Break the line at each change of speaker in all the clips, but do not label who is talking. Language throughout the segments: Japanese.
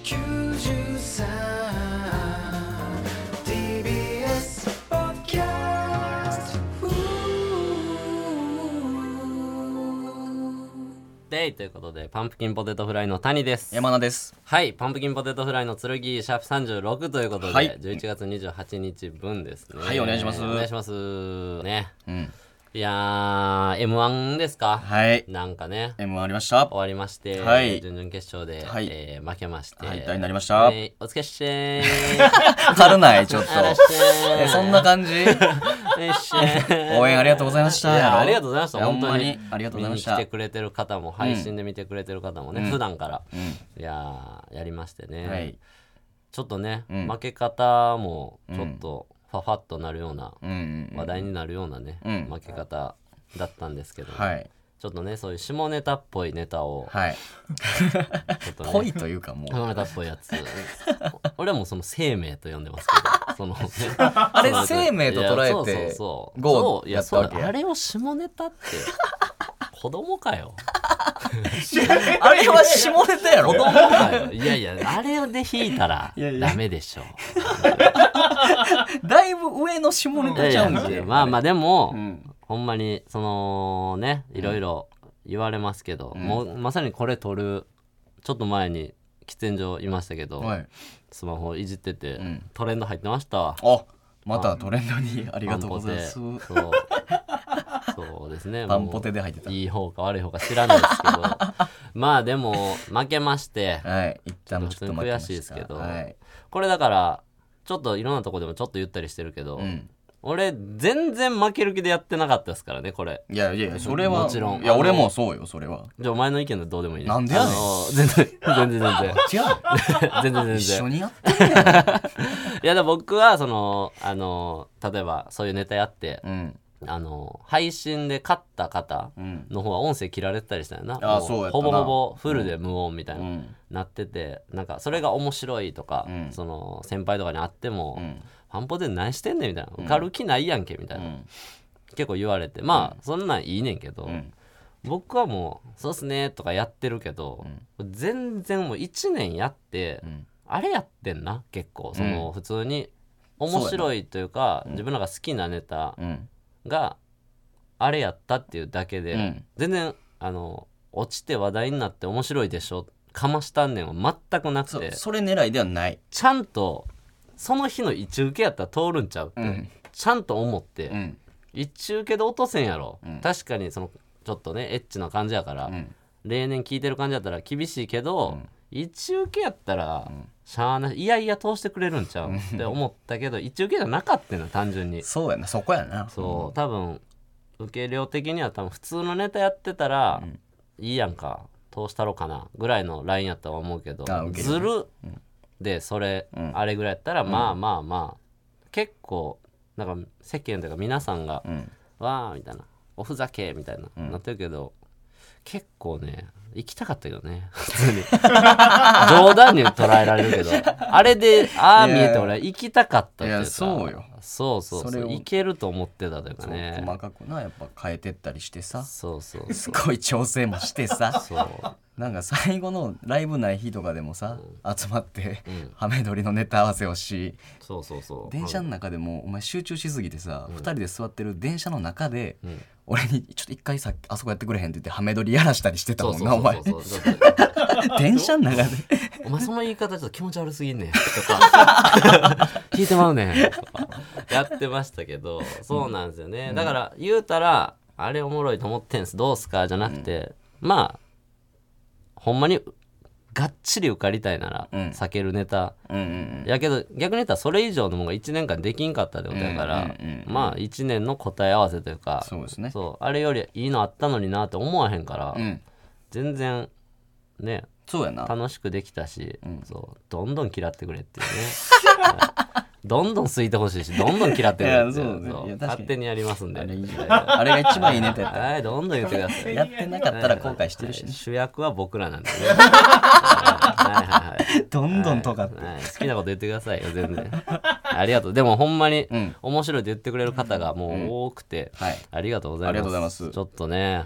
93 TBS ポッキャスト
デイということでパンプキンポテトフライの谷です
山名です。
はいパンプキンポテトフライの剣シャープ36ということで、
はい
11月28日分ですね
はいお願いします
お願いしますね
うん。
いやー m 1ですか、
はい。
なんかね
M ありました。
終わりまして、
はい
準々決勝で、
はい
えー負けまして、
はい大になりました
ねお疲れっし ゃー
わからない、ちょっと。
あらっしゃー
え、そんな 感じ
よっしゃー
応援ありがとうございました。
い
や
や
ろ
ありがとうございました
や
本当
ほ
に
んまにありがとうございまし
見
た
に来て。くれてる方も配信で見てくれてる方もね、普段から、いやーやりましてね、
はい。
ちょっとね、
うん
負け方もちょっとファファッとなるような、
うんうん
話題になるようなね、
うん
負け方だったんですけど、
うん。はい。
ちょっとねそういう下ネタっぽいネタを
はい。
ちょっと
ぽ
ね
いというかもう。
下ネタっぽいや つ俺はもうその生命と呼んでますけどその
あ
あ
れ、生命と捉え
そうそう
て、
そう
ゴ
そ
ー
う
やった
そう
わけ
あれを下ネ タって子供かよ
あれは下ネタやろ
子供かよいやいやあれで引いたら
いやいや
ダメでしょ
だいぶ上の下ネ
いや
タ
い
ちゃ
や
うんで。
まあまあでも、
うん。
ほんまにそのねいろいろ言われますけど、
ん
もうまさにこれ撮るちょっと前に喫煙所いましたけど、
はい。
スマホいじってて、
ん
トレンド入ってましたわ。
あ、またトレンドにありが
パン
とうご
ポ
ざい
テ
ます
そ。うそうですね
パンポテで入ってた
もういい方か悪い方か知らないですけど まあでも負けまして
はい。一旦ちょっと待ってま
ちょっと悔しいですけど
はい。
これだからちょっといろんなとこでもちょっと言ったりしてるけど、
うん。
俺全然負ける気でやってなかったですからねこれ
いやいやいや、それは。
もちろん
いや、
あの
俺もそうよ、そ れは。
じゃあお前の意見でどうでもいい
なんでやねん
あの全然全然全 然
違う。
全然全
一緒
然
にやってるやん。
いやでも僕はそのあの例えば そういうネタやって、
うん。
あの配信で勝った方
うん。
の方は音声切られてたりしたよな
あ
も
ーそうやった
ほ
な
ぼほぼフルで無音みたいな、
うん。
なっててなんかそれが面白いとか、
うん
その先輩とかに会っても「
うん。
パンポで何してんねん」みたいな「受かる気ないやんけ」みたいな、
うん
結構言われてまあ、そんなんいいねんけど、
うん
僕はもう「そうっすね」とかやってるけど、全然もう1年やって、
ん
あれやってんな結構その、普通に面白いというか自分らが好きなネタ
うん。
があれやったっていうだけで、
うん
全然あの落ちて話題になって面白いでしょかましたんねんは全くなく
そ
て
それ狙いではない。
ちゃんとその日の一受けやったら通るんちゃうって、
ん
ちゃんと思って、
うん。
一受けで落とせんやろ、
ん
確かにそのちょっとねエッチな感じやから、
ん
例年聞いてる感じやったら厳しいけど、一受けやったら、しゃあないいやいや通してくれるんちゃうって思ったけど一受けじゃなかったの単純に
そうやな、そこやな。
そう、多分受け量的には多分普通のネタやってたら、いいやんか通したろかなぐらいのラインやとは思うけど
あ受け量
ずるでそれ、あれぐらいやったら、まあまあまあ結構なんか世間というか皆さんが「
ん
わあ」みたいな「おふざけ」みたいな、なってるけど結構ね行きたかったけどね 普通に冗談に捉えられるけどあれでああ見えて俺は行きたかったっていうか
いやそうよ
そうそうそう
それを
いけると思ってたというか
そう
ね
細かくな、やっぱ変えてったりしてさ。
そうそう
すごい調整もしてさ。
そう
なんか最後のライブない日とかでもさ、集まって、
ん
ハメ撮りのネタ合わせをし、
そうそうそう
電車の中でもお前集中しすぎてさ、二人で座ってる電車の中で、俺に「ちょっと一回さっきあそこやってくれへん」って言ってハメ撮りやらしたりしてた
そ
も
うんそ
なお前
うそうそうそうだって
電車の中で
お前その言い方ちょっと気持ち悪すぎんねんとか聞いてまうねんとかやってましたけどそうなんですよね、だから言うたらあれおもろいと思ってんすどうすかじゃなくて、まあほんまにがっちり受かりたいなら、
うん
避けるネタ
うんうん
やけど逆に言ったらそれ以上のものが1年間できんかったってことやから、
うんうんうんうん
まあ1年の答え合わせというか
そうですね
そうあれよりいいのあったのになって思わへんから、
うん
全然ね
そうやな
楽しくできたし、そうどんどん嫌ってくれっていうね、 はいどんどんすいてほしいしどんどん嫌ってくれってい
いやそうねいや確かに
勝手にやりますんで
あれいいねあれが一番いいネタやった
はいどんどん言ってください
やってなかったら後悔してるし
は
ね
い主役は僕らなんでねはいはいはい
どんどんとかって
はい、好きなこと言ってくださいよ全然ありがとうでもほんまに
ん
面白いって言ってくれる方がもう多くて、
はい
ありがとうございます
ありがとうございます
ちょっとね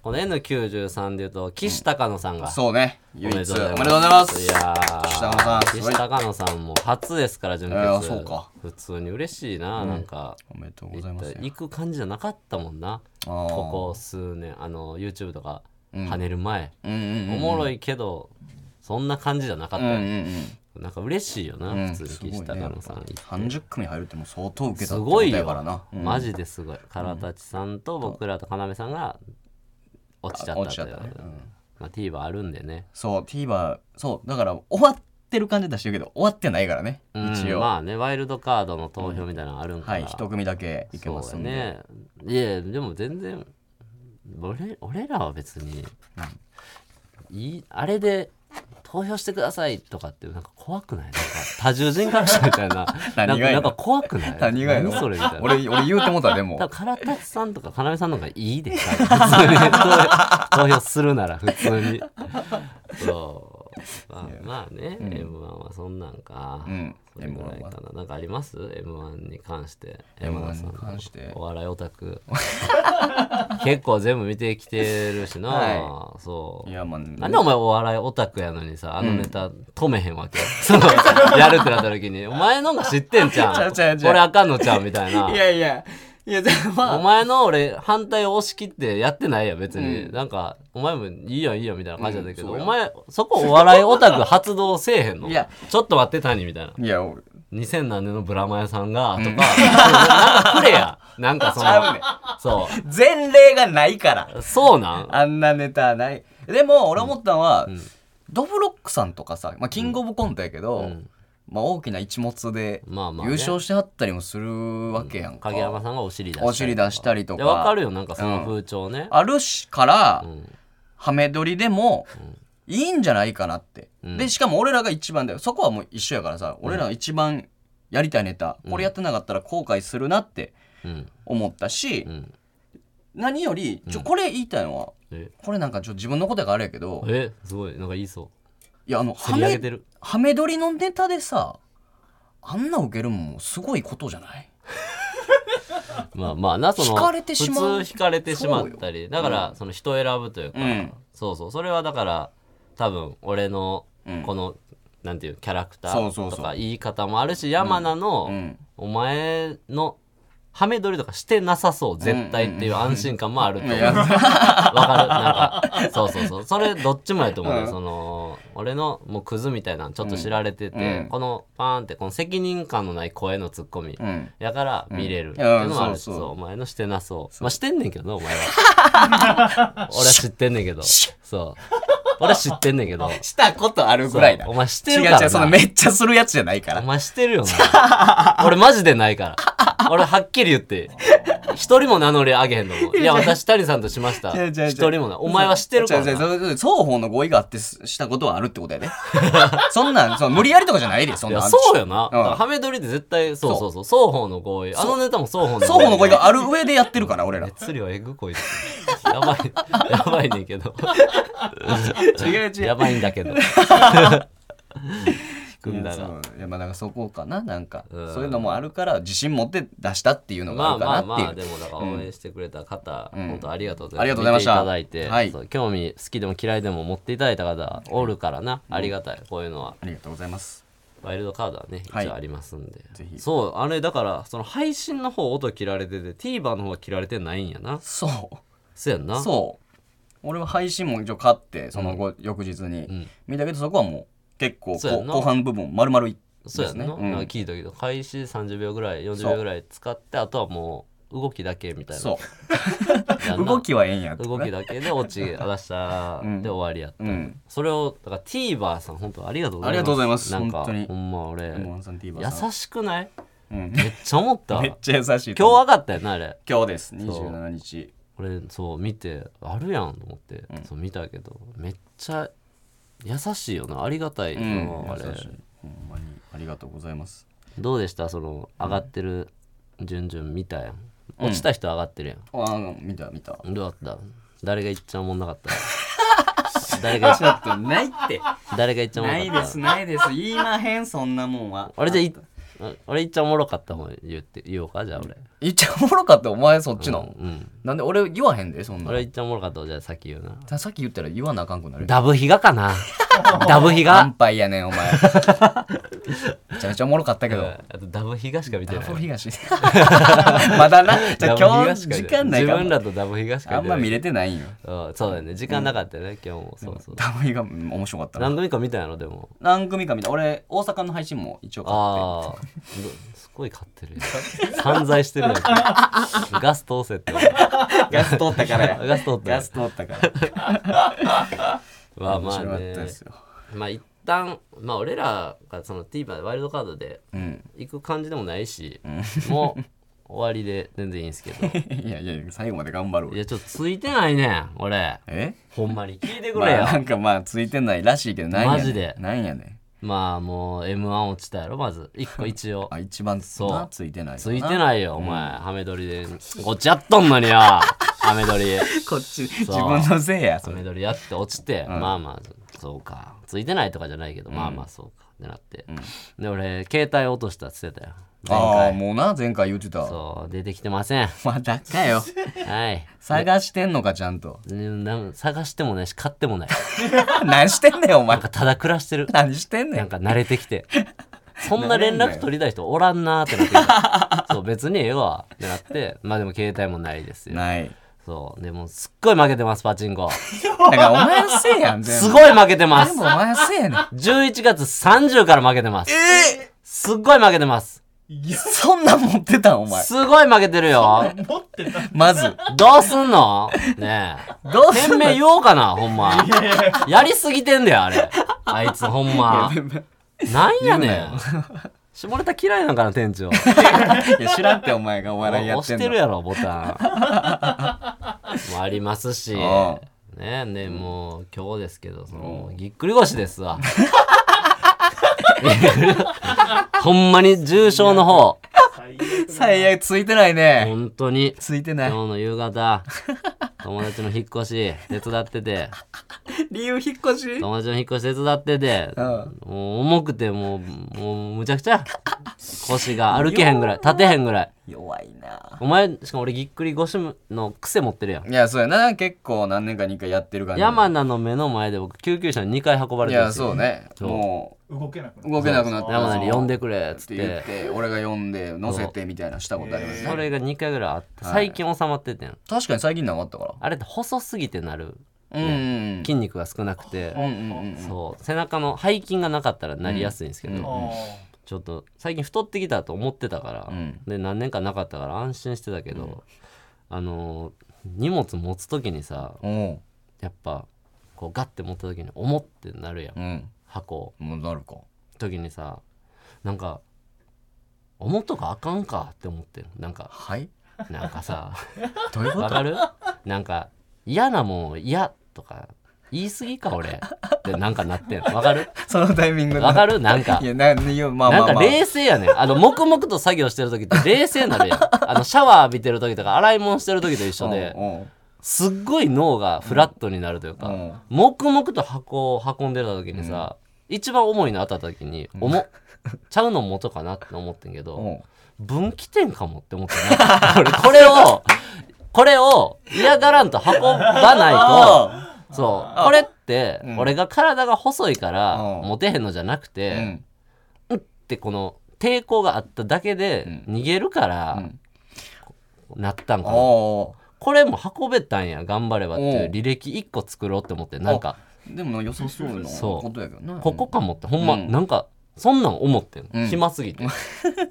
ここの N93 で言うと、岸高野さんが、
そうね唯一おめでとうございます
いやー
岸高野さんすご
岸
い
高野さんも初ですから、準決。
いやそうか
普通に嬉しいな、なんか。
おめでとうございます
行く感じじゃなかったもんな。
あー
ここ数年、あの、YouTube とか跳ねる前。
うんうん
おもろいけど、そんな感じじゃなかった
うんう
よ
んうん
なんか嬉しいよな、
うん
普通に岸高野さん行って。
30組入るってもう相当受けた
す
って
ご
こと
い
や
よ
からな、うん
マジですごい唐立さんと僕らと要さんが落ちちゃった
落ちちゃったね
ということでまあ、TVer あるんでね
そう TVer そうだから終わってる感じ出してるけど終わってないからね
うん
一応、
まあねワイルドカードの投票みたいなのあるんか
は
ら、
い一組だけいけます
そうんや
で、
ねいやでも全然俺俺らは別に、いいあれで投票してくださいとかってなんか怖くないなんか多重人格者みたいな
何が
な
やねん
んかなんか怖くない
何がやねん
何それみたいな
俺俺言うてもうたでも
だから唐立さんとか要さんの方がいいで多分普通に投票するなら普通にそうまあまあね、m 1はそんなんか、
うん
それぐらいかななんかあります m 1に関して山
M1
田さんの
に関して
お笑いオタク 結構全部見てきてるしな、
は
そう
いやまあ
なんでお前お笑いオタクやのにさあのネタ止めへんわけ、そのやるってなった時にお前のが知ってんじゃん
ちゃうちゃうちゃう
俺あかんのちゃうみたいない
やいやいやでもま
お
あ
前の俺反対を押し切ってやってないやん別に、なんかお前もいいよいいよみたいな感じだったけど、
うんそ
お
うよ
前そこお笑いオタク発動せえへんの
いや
ちょっと待って谷みたいない
や俺
2000何年のブラマヤさんがとか、なん かくれやなんかそ
ちゃうね
の
ん
そ
前例がないから
うそうなん
あんなネタないでも俺思ったのは、ドブロックさんとかさ、まあ、キングオブコントやけど、
うん
まあ、大きな一物で
まあまあね
優勝してはったりもするわけやんか、
影山さんがお尻出したりとか
お尻出したりと
い
か
やわかるよなんかその風潮ね、
あるしから、
ん
ハメ撮りでもいいんじゃないかなって、でしかも俺らが一番だよそこはもう一緒やからさ俺らが一番やりたいネタ、これやってなかったら後悔するなって
うん
思ったし、
うん
何よりちょこれ言いたいのは、
え
これなんかちょっと自分のことやからあれやけど
えすごいなんかいいそ
いやあの
う釣
ハ
り上げ
メ
てる
ハメ撮りのネタでさあんな受けるもんもすごいことじゃない
まあまあなその
惹かれてしまう
普通惹かれてしまったりだから、その人選ぶというか、
うん
そうそうそれはだから多分俺の
うん
この、なんていうキャラクタ
そうそう
ー
そう
とか言い方もあるし山名の、
うん
お前のハメ撮りとかしてなさそう絶対っていう安心感もあると思う
いや
わかるなんかそうそうそうそれどっちもやと思うね、
うん
その俺のもうクズみたいなのちょっと知られてて、
うん
このパーンってこの責任感のない声のツッコミ、
うん
やから見れるって
う
い
ん
うのもあるし、
うんそうそう
そうお前のしてなそうまあしてんねんけどなお前は俺は 知ってんねんけどそう俺は知ってんねんけど
したことある ぐ
そうお前知ってる
違
か
う
らな
違うそのめっちゃするやつじゃないか
お
ら
前してるよ な俺マジでないから俺はっきり言って一人も名乗り上げへん のもんいや私谷さんとしました
違う違う違う
一人もない お前はしてるから
違う違う
な
そうそう双方の合意があってすしたことはあるってこ とやでそんなんその無理やりとかじゃないでそ
い
ん
や
な
そうよな、
うん
だからハメ撮りって絶対そうそうそう双方の合意あのネタも双方の合意
双方の合意がある上でやってるから俺ら
熱量えぐこいつやばいやばいねんけど
違う違
やばいんだけど。 組んだら。
そういやまあだからそこかななんか、
うん
そういうのもあるから自信持って出したっていうのが
ま
あ
あ
るか
ま
な
あ
っていう、
まあ、でもだから応援してくれた方、
ん
本当ありがとうございます。
ありがとうございました
見ていただいて、
はい
そう興味好きでも嫌いでも持っていただいた方おるからな、ありがたい、こういうのは。
ありがとうございます
ワイルドカードはね、
はい
一応ありますんで。
ぜひ
そう、あれだから、その配信の方音切られてて、TVer の方は切られてないんやな。
そう
そうやんな。
そう俺は配信も一応買ってその後、翌日に、見たけどそこはもう結構
そうや
こ
んな
後半部分丸々い
そうやんな、
ですねうん
なんか聞いたけど開始30秒ぐらい40
そう
秒ぐらい使ってあとはもう動きだけみたいな
そ
やん
う
な
動きはええんやっ て
動きだけで落ち出した
うん
で終わりやった、
うん
それをだから TVer さん本当ありがとうございます
ありがとうございます
なんか
本当に
ほんま俺
M1 さん TVer さん
優しくない
うん
めっちゃ思った
めっ
今
ちゃ優しい
日上がったよなあれ
今日です27日
俺そう見てあるやんと思って、そう見たけどめっちゃ優しいよなありがたい、
う
そのあれ
優しいほんまにありがとうございます
どうでしたその上がってる順々見たやん落ちた人上がってるやん、
ああ見た見た
どうだった誰がいっちゃおもんなかった 誰がいっちゃ
っとないって
誰がいっちゃおもんなかった
ないですないです言いまへんそんなもんは
俺じゃあいうん俺一応おもろかった方言って言おうかじゃあ俺
言っちゃおもろかったお前そっちなの、
うん
なんで俺言わへんでそんな
俺
の
一応おもろかった方じゃあ先言うな
さっき言ったら言わなあかんくなる
ダブヒガかなダブヒガ
乾杯やねんお 前めちゃめちゃおもろかったけ
う
ど
んあとダブヒガしか見て
ダ
ない
ブ東まだなじゃあ今日時間ない
自
か
分
ら
らとダブヒガし
あ
か
んま見
れ
れてないんよ
そうだよね時間なかったよね今日もそうそう
ダブ東がうん面白かったな
何度目か見たんやろでも
何組か見た俺大阪の配信も一応買って
ああすごい勝ってるよ散財して るやんガス通せって
ガス通ったからや
ガス通ったよ
ガス通ったから
まあ
面
まあ
白かった
ね
ですよ
まあ一旦まあ俺らがその TVer でワイルドカードで
うん
行く感じでもないし、もう終わりで全然いいんですけど
いやいや最後まで頑張る
い
俺
やちょっとついてないねん俺
え
ほんまに聞いてく
ま
れよ、
あなんかまあついてないらしいけどなんやねん
マジで
なんやねん
まあもう M1 落ちたやろまず一個一応
あ一番
そう
なついてない
ついて
い
ないよお前、ハメ撮りでこっちやっとんのによハメ撮り
こっち自
そう
分のせいやそ
ハ
れ
メ撮りやって落ちて、まあまあそうかついてないとかじゃないけど、まあまあそうかってなって、で俺携帯落としたっつってたよ
ああ
前回
もうな前回言ってた
そう出てきてません
まだかよ
はい
探してんのかちゃんと
うんなん探してもないし買ってもない
何してんねん
な
お
ん
前
かただ暮らして る
何してんね
なんんか慣れてき てそんな連絡取りたい人おらんなーってなってき たそう別にええわってなってまあでも携帯もないですよ
ない
そうでもうすっごい負けてますパチンコ
だからお前のせいやん全部
すごい負けてま
全
す
部お前のせいやねん
11月30から負けてます
え
すっごい負けてます
そんなん持ってたんお前
すごい負けてるよ
持ってた
まず
どうすんのねえ
どう
店
すんの
名言おうかなほんまやりすぎてんだよあれあいつほんまなんやね
言
ん下ネタ嫌いなんかな店長
いや知らんってお前がお笑いやっ
押
て
し
ん
て
の
るやろボタンもありますし
あ
ねねもう今日ですけどそのぎっくり腰ですわほんまに重症の方
最悪ついてないね
本当に
ついてな
今
い
日の夕方友達の引っ越し手伝ってて
理由引っ越し
友達の引っ越し手伝ってて
うん
もう重くてもうもうむちゃくちゃ腰が歩けへんぐらい立てへんぐらい
弱いな
お前しかも俺ぎっくり腰の癖持ってるやん
いやそうやな結構何年かに一回やってる感じ
山名の目の前で僕救急車に2回運ばれて
い
るん
や
ですよ
そうね
そう
も
動けなく
う
な
動けなくなって
山名に呼ん
で
でくれっつ
っ
って
て言って俺が呼んで乗せてみたいなしたことあります
そ
ね
れが2回ぐらいあって
はい
最近収まっててん、
確かに最近のはあったか
あれって細すぎてなる
らうんうん
筋肉が少なくて
う、んうんうんうん
そう背中の背筋がなかったらなりやすいんですけど、
うん
あ
ちょっと最近太ってきたと思ってたから、
うん
で何年かなかったから安心してたけど、あのー荷物持つ時にさ
おう
やっぱこうガッて持った時に重ってなるやん、
うん
箱を
もうなるか
時にさなんか思っとかあかんかって思ってんなんか
はい
なんかさ
どういうこ
わ
と
かるなんか嫌なもん嫌とか言い過ぎか俺ってなんかなってんわかる
そのタイミングで
わかるなんか
いやなんいや まあま
な
あ
ん
ま
か
あ
冷静やねんあの黙々と作業してる時って冷静になるやんあのシャワー浴びてる時とか洗い物してる時と一緒で
うんうん
すっごい脳がフラットになるというか、
うん
黙々と箱を運んでた時にさ、一番重いのあった時に「 重っちゃうの元かな?」って思ってんけど、
うん
分岐点かもって思って な俺これをこれを嫌がらんと運ばないとそうこれって
うん
俺が体が細いから
うん
持てへんのじゃなく
う
て
ん
ってこの抵抗があっただけで
う
逃げるか
う
ら
ん
なったんかな
お
これも運べたんや頑張ればっていう
おう
履歴1個作ろうって思ってなんか
うでもな良さそうな
そう
ことやけどな
ここかもってほんま
うん
なんかそんなん思ってん
うん
暇すぎ て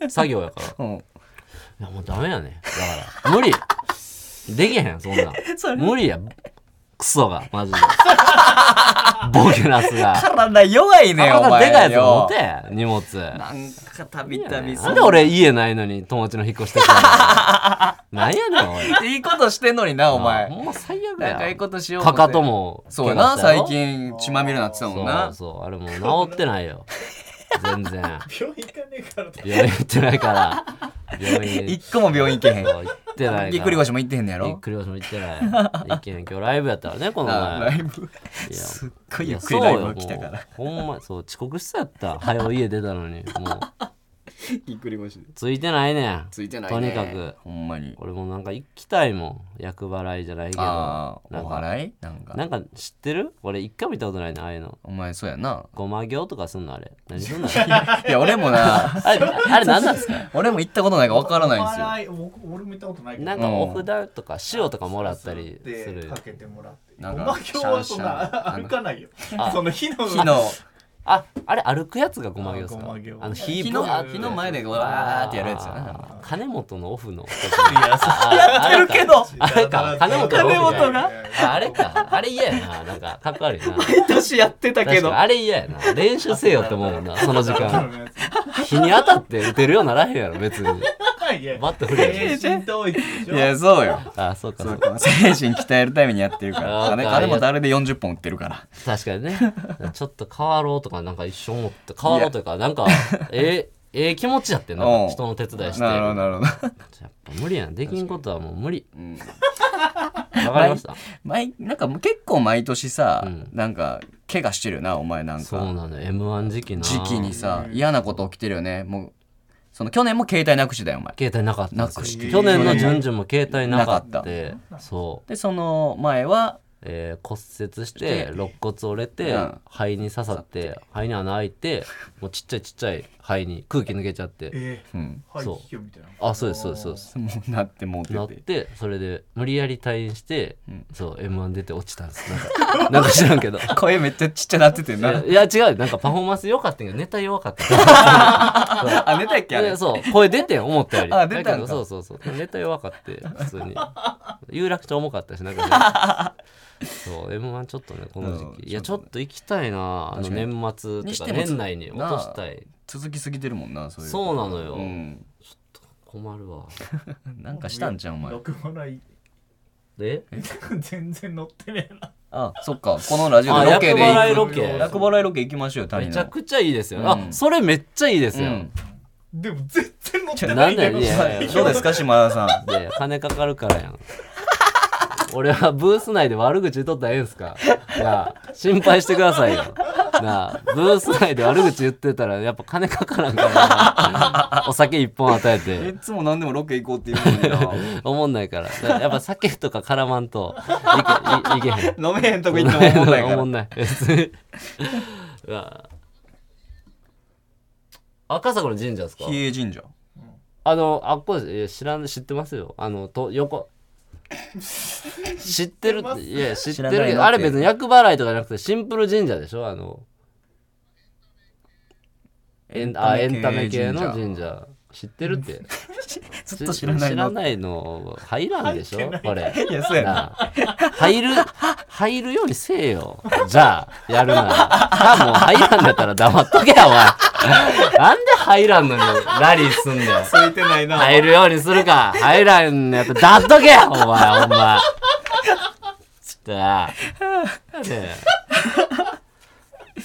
作業やからい
うん
やもうダメやねだから無理できへんそんなん
それ
無理やクソがマジ でボケナスが
体弱いねお
体
前
でかいやつ
よ
持て荷物
なんかたびたび
なんで俺家ないのに友達の引っ越してき たのなんやねんおい
いいことしてんのになお前
もう最悪
なんかいい
や
ことしよう思
か
って
かとも
そうや
怪
な
我したや
最
ろ
近血まみれなってたもんな
そうそうあれもう治ってないよ全然
病院行かねえからと
病院行ってない から病院
一個も病院行けへん
そう行ってないから
ぎっくり腰も行ってへんのや
ぎっ
ろ
くり腰も行ってないいけん今日ライブやったらねこの
あ
前
ライブ
いや
すっごい
い
ゆっ
や
く
そう
り
よ
ライブ来たから
もうほんまそう遅刻しそうやった早う家出たのにもう
ぎっくり腰で
ついてないねん
ついてない
と
ね
にかく
ほんまに
俺もなんか行きたいもん厄払いじゃないけど
ああ
な
お
んか
祓いなんか
なんか知ってる俺一回も行ったことないねああいうの
お前そうやな
ごま行とかすんのあれ何すんのあれ
いや俺 もな
あれあれ何なんですか
俺も行ったことないから分からないんですよ
すよ。僕俺も行ったことないけど。
なんかお札とか塩とかもらったりする
かけてもらって。
なん
お
か
まけはそん
シャンシャ
な
ン
歩かないよ
あ。
その火の
火の
ああれ歩くやつがごま行ですか
あごま行
あの火
火
ぶ
の
わーって
火の前でわーってやるやつやな
あー金本のオフの
いやそ
や
やってるけど
あれか金本のオフ
金本
が
が
ああれかあれ嫌やななんかかっこ悪いな
年やってた
確
けど
かにあれ嫌やな練習せよって思うもんなその時間日に当たって打てるようにならへんやろ別に
いや。
バット振れ
精
や
神統一でし
い
ょ。
やそうよ
あそうかそうか
精神鍛えるためにやってるか
あー
ら金
かわいい
金も誰で40本売ってるから
確かにねちょっと変わろうとかなんか一生思って変わろうというか なんかええええ気持ちやってん
う
なん人の手伝いして
なるほど
やっ
なるほど
ぱ無理やんできんことはもう無理
うん
わかりました
毎なんか結構毎年さ、
うん
なんか怪我してるよなお前なん
そう
か
なの m 1時期な
時期にさ嫌なこと起きてるよねもうその去年も携帯なくしてたよお前
携帯なかったんですよ
なくして
去年の準々も携帯なかった
な
そう、
でその前は
えー骨折し
して
て肋骨折れて、
うん
肺に刺さって肺に穴開いてもうちっちゃいちっちゃい肺に空気抜けちゃって
え
うん
ー、はい、
そう
聞けよみたいな。
あそうですそうですそうです
もうなってもうて
なっててそれで無理やり退院して、
ん
そう m 1出て落ちたんですなんかなんか知らんけどい
声めっちゃちっちゃなっててん な
やいや違うなんかパフォーマンス良かったんやけどネタ弱かった
あ寝たっけあれ
でそう声出てん思ったより
あ出たんか
だけどそうそうそうネタ弱かって普 通に有楽町重かったしなんか、ね、そう m 1ちょっとねこの時
うん
期いやちょっと行きたいなあの
確かに
年末
に
と
し
か
ても
年内に落としたい
続きすぎてるもんなそういう
そうなのよ、
うん
困るわ
なんかしたんじゃんお前
ろくもない。
で
全然乗ってねえな。
あそっかこのラジオ
あ
でロケ
厄
で
払い
行
ロ
ロ
ケ
ケ
く落払いロケ行きましょうよ谷
め
の
ちゃくちゃいいですよ、
う
あ
ん
それめっちゃいいですよ、
うん
でも全然乗って
な
なんい
だ
け
よ
ど。
いやいや
どうですか島田さん
で金かかるからやん俺はブース内で悪口言っとったらええんすかなあ心配してくださいよなあブース内で悪口言ってたらやっぱ金かからんからなお酒一本与え
い
て
つも何でもロケ行こうって言う のに
思んないからだからやっぱ酒とか絡まんといけいいけへん
な飲めへんとこ行っても思んないか
お
ら
もんない 別にうわ赤坂の神社ですか
比叡神社
あの、あっこですいや知らん、知ってますよ。あの、と、横。知ってるって、いや、知って
知ら
る
な
け
い
ど、
の
あれ別に厄払いとかじゃなくて、シンプル神社でしょあの、エンあエンタメ系の神社。知ってるって。
ずっと知らない
知ら
の
ないの入らんでし
入
ょ
ってない
これ。
いやそうやな
なあ入る、入るようにせえよ。じゃあ、やるなら。あ、もう入らんだったら黙っとけや、お前。なんで入らんのにラリーすんだよ。
ついてないな
入るようにするか入らんのやったらだっとけ お前ほんまちょっとなねえ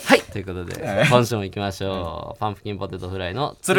はいということで今週も行きましょうパンプキンポテトフライの
剣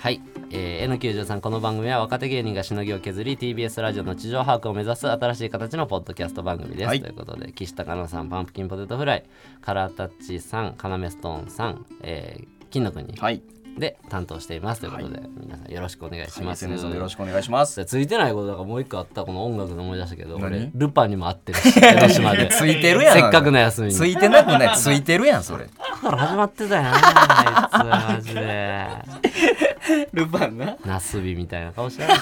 はい、えー N93 この番組は若手芸人がしのぎを削り TBS ラジオの地上把握を目指す新しい形のポッドキャスト番組です、
はい
ということで岸高野さんパンプキンポテトフライカラータッチさん要ストーンさん、えー、金の国
はい
で担当していますということで、皆さんよろしくお願いします。
SNS でよろしくお願いします
ついてないことだからもう一個あったこの音楽の思い出したけど
何
俺ルパンにも会ってるし江ノ島で
ついてるやん
せっかくの休みに
ついてなくないついてるやんそれ
から始まってたよな あいつマジで
ルパンな
ナスビみたいな顔してな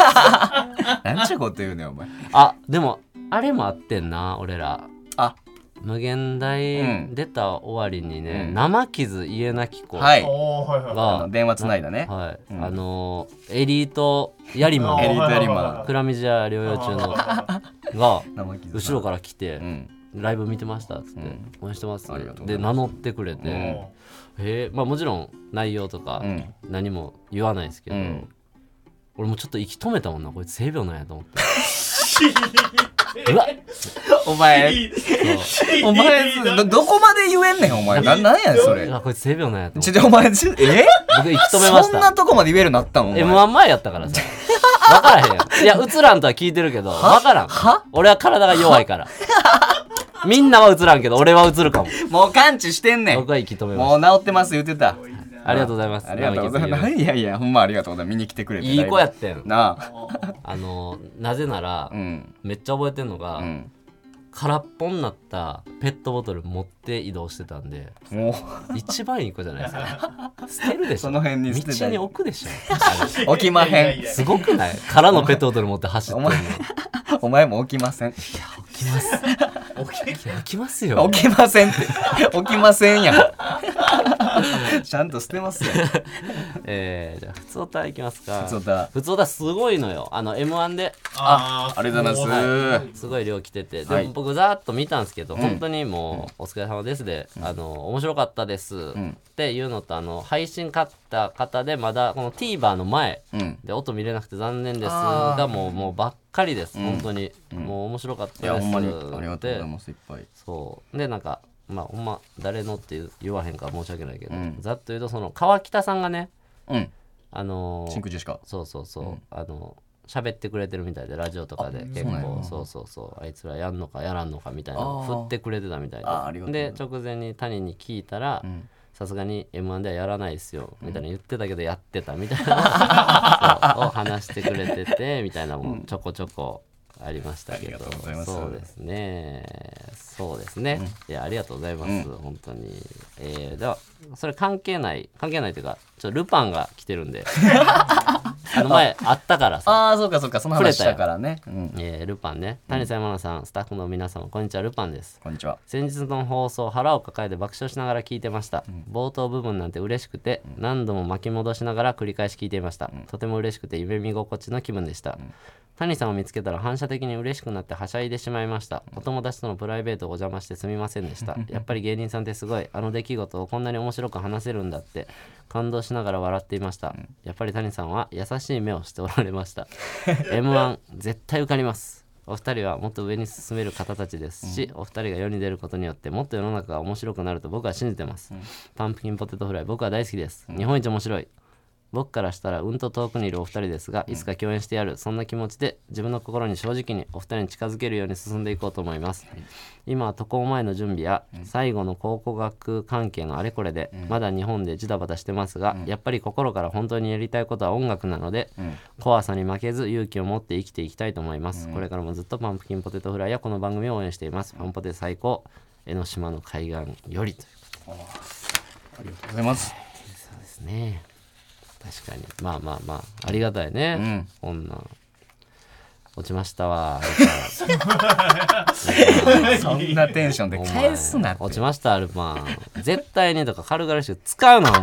い
なんちゅうこと言うねんお前
あでもあれもあってんな俺ら
あ
無限
う
大
ん
出た終わりにね、
うん
生傷家なき子が、
はい
おー はいはい。
あの電話つないだね
はい
うん
あのエリートヤリマ
あ
エ
ー
リ
ン
ートエリマン
クラミジア療養中のが
生傷
後ろから来て、
うん
ライブ見てましたっつって、
うん
応援してます
ありがとうござ
で
い
名乗ってくれて、
うん
へえまあもちろん内容とか
うん
何も言わないですけど、
うん
俺もちょっと息止めたもんなこいつ性病なんやと思って うわ
お前お前どどこまで言えんねんお前ななんやねんそれ
うわこいつ性病なんやと思
ち
っ
ょ
て
ちょお前ちょえ
僕息止めまし
そんな
た
とこまで言えるようになったもんお前
m 1前やったからさ分からへんよいやうつらんとは聞いてるけど分からん
は
俺は体が弱いからみんなはうつらんけど俺はうつるかも
もう完治してんねん
僕は息止めました
もう治ってます言ってた
ありがとうございます
ありがとうございます。いやいや、ほんまありがとうございます。見に来てくれて。
いい子やってん
なあ。
あのなぜなら、
うん。
めっちゃ覚えてんのが、
うん。
空っぽになったペットボトル持って移動してたん で
もう。
一番いい子じゃないですか捨てるでしょ
その辺に捨てた
道
り
に置くでしょあれ
置きま
いやいや
へ
い
ん
や。
すごくない空のペットボトル持って走ってんの
お前お前も置きません。
置きます
起き
置きますよ
置きませんって。置きませんやん。 ちゃんと捨てますよ。
えー、じゃあ普通オタいきますか
普通だ。
普通だすごいのよあの m 1で
あー
ありがとうございます
すごい量来てて、
は
で
い
も僕ざーっと見たんですけど、
ん
本当にもう「お疲れ様ですで」あの面白かったです」
ん
っていうのとあの配信買った方でまだこの TVer の前
うん。
で音見れなくて残念です
あー
がもうもうばっかりです
うん
本当に、
ん
もう面白かったで
い
す
や、ほんまに。ありがとうございます。いっぱい。
そうでなんかまあほんま誰のって言わへんから申し訳ないけど、
うん
ざっと言うとその川北さんがね
うん。
あのー
真空ジェシカ。
そうそうそう、あの喋ってくれてるみたいでラジオとかで結
そうなん
構
や
そうそうそうあいつらやんのかやらんのかみたいなの
あ
振
ー
ってくれてたみたい
あーありがとうござい
でで
ます
直前に谷に聞いたら
ん
さすがに m 1ではやらないですよみたいな言ってたけどやってたみたい なそうを話してくれててみたいなもんちょこちょこありましたけど
ありがとうございます
そうですねそうですね、いやありがとうございます、本当にえー、ではそれ関係ない関係ないというかちょっとルパンが来てる んであの前あったからさ、
ああ、そうかそうか。その話したからね。うん。
えールパンね谷さん山名さんスタッフの皆様こんにちはルパンです
こんにちは。
先日の放送腹を抱えて爆笑しながら聞いてました、冒頭部分なんて嬉しくて、何度も巻き戻しながら繰り返し聞いていました、とても嬉しくて夢見心地の気分でした、谷さんを見つけたら反射的に嬉しくなってはしゃいでしまいました、お友達とのプライベートをお邪魔してすみませんでしたやっぱり芸人さんってすごいあの出来事をこんなに面白く話せるんだって感動しながら笑っていました、やっぱり谷さんは優しい目をしておられました m 1絶対受かりますお二人はもっと上に進める方たちですし、お二人が世に出ることによってもっと世の中が面白くなると僕は信じてます、パンプキンポテトフライ僕は大好きです、日本一面白い僕からしたらうんと遠くにいるお二人ですがいつか共演してやるそんな気持ちで自分の心に正直にお二人に近づけるように進んでいこうと思います今は渡航前の準備や最後の考古学関係のあれこれでまだ日本でジタバタしてますがやっぱり心から本当にやりたいことは音楽なので怖さに負けず勇気を持って生きていきたいと思いますこれからもずっとパンプキンポテトフライやこの番組を応援していますパンポテ最高江ノ島の海岸よりという
ありがとうございます。
そうですね確かにまあまあまあありがたいね、こんなん落ちましたわル
そんなテンションで
パン
返すなっ
お前落ち
て。
ましたアルパン絶対にとか軽々しく使うなお前
い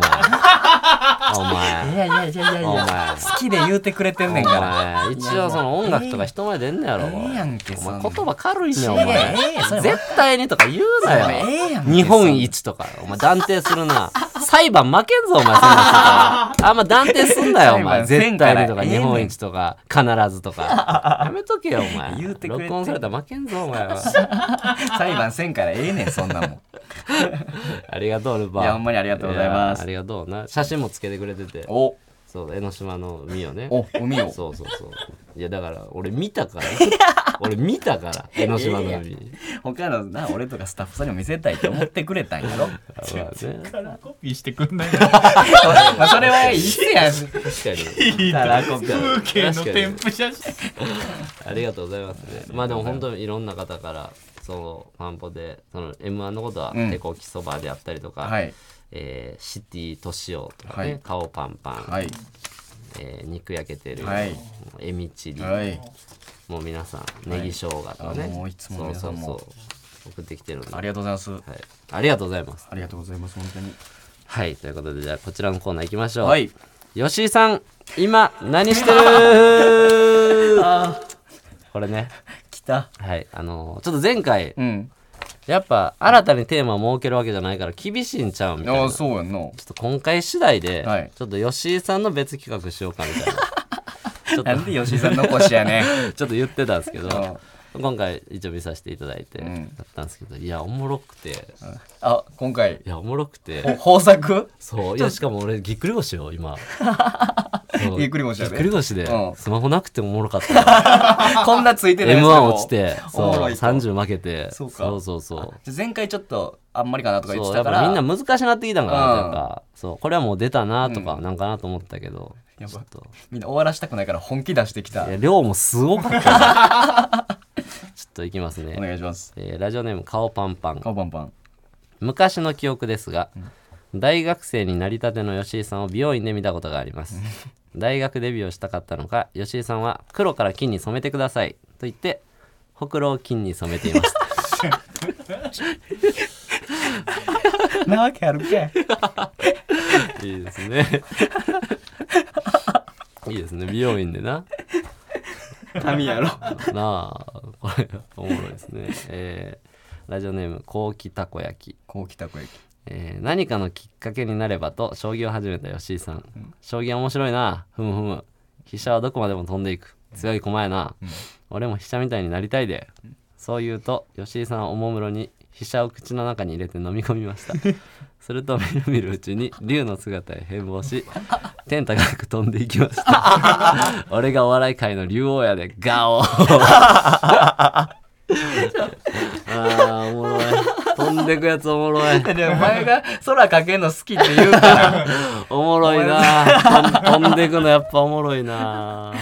やいやいやいやい
お前お
や。
前
好きで言うてくれてんねんから。
お前一応その音楽とか人前出んねやろ、
ええやんけ、
お
そん
前
な
言葉軽いねお
い
前
やいやいやそれ
絶対にとか言うなよ
ええやんけ
日本一とかお前断定するな裁判負けんぞお前そんなんしたらあんま断定すんなよお前
裁判せ
絶
んから
対にとか
ええ
日
ねん
本一とか必ずと かやめとけよお前
言うてくれて
録音されたら負けんぞお前 は
裁判せんからええねん、そんなもん。
ありがとうルパン
いやほんまにありがとうございます
やありがとうな写真もつけてくれてて
お、
そう江ノ島の海をね
お、海を。
そうそうそういやだから俺見たから俺見たから江ノ島の海
他のな、俺とかスタッフさんにも見せたいって思ってくれたんやろ。
まあね
からコピーしてくんない
まあ、それはいいっすやん。
確かに
たらこく
風景の添付写真
ありがとうございますね。まあでも本当にいろんな方から、そのパンポで、その M1 のことは、
うん
手こきそばであったりとか、
はい。
えーシティとしおとかね、
はい
顔パンパン、
はい。
えー肉焼けてる、
はい
エミチリ、
はい。
もう皆さん、ネギ生姜とかね、
あもういつも皆さんも
そうそうそう、送ってきてるんで、
あ
はい、
りがとうございます。
ありがとうございます。
ありがとうございます、本当に。
はい、ということで、じゃあこちらのコーナー行きましょう。
はい。
吉井さん、今、何して るこれね、
来た。
はい、あのーちょっと前回、
うん。
やっぱ新たにテーマを設けるわけじゃないから厳しいんちゃうみたい
あ
な
あ、
ちょ
そうやんな。
っと今回次第で、
はい
ちょっと吉井さんの別企画しようかみ たいな
なんで吉井さん残しや ねん。
ちょっと言ってたんですけど
あ
今回一応見させていただいて
ん
だったんですけど、いやおもろくてい
あ、今回、
やおもろくて
お豊作
そういやしかも俺ぎっくり腰よ今そう
ぎっくり腰
ぎ
や
っ
で
くり腰で、
うん
スマホなくてもおもろかったな
こんなつ いてない
m
やつ
1
でも
落ちて
お
そう
もろいと
30負けて
そうか
そうそうそう
じゃあ前回ちょっとあんまりかなとか言っ
そ
て
うや
た
っ
から
ぱみんな難しくなってきたんかなといううんか、そうこれはもう出たなとか
うん
なんかなと思ったけど、
やば
ちょっと
みんな終わらしたくないから本気出してきた
いや量もすごかったな ちょっといきます
お
ね、
願いします
えーラジオネーム顔パンパン
顔パンパン
昔の記憶ですが、大学生になりたての吉井さんを美容院で見たことがあります大学デビューをしたかったのか吉井さんは黒から金に染めてくださいと言ってほくろを金に染めていま した
なわけあるけ
いいですね いいですね美容院でな
髪やろ
なあこれおもろいですねえーラジオネーム高木たこ焼き
こう来たこ焼き
えー何かのきっかけになればと将棋を始めた吉井さん、将棋面白いなふむふむ飛車はどこまでも飛んでいく強い駒やな、俺も飛車みたいになりたいで、そう言うと吉井さんはおもむろに飛車を口の中に入れて飲み込みま したするとみるみるうちに竜の姿へ変貌 し天高く飛んでいきました 俺がお笑い界の竜王やでガオ ーあーおもろい飛んでくやつおもろい
でお前が空かけんの好きって言うから
おもろいな飛ん飛んでくのやっぱおもろいな、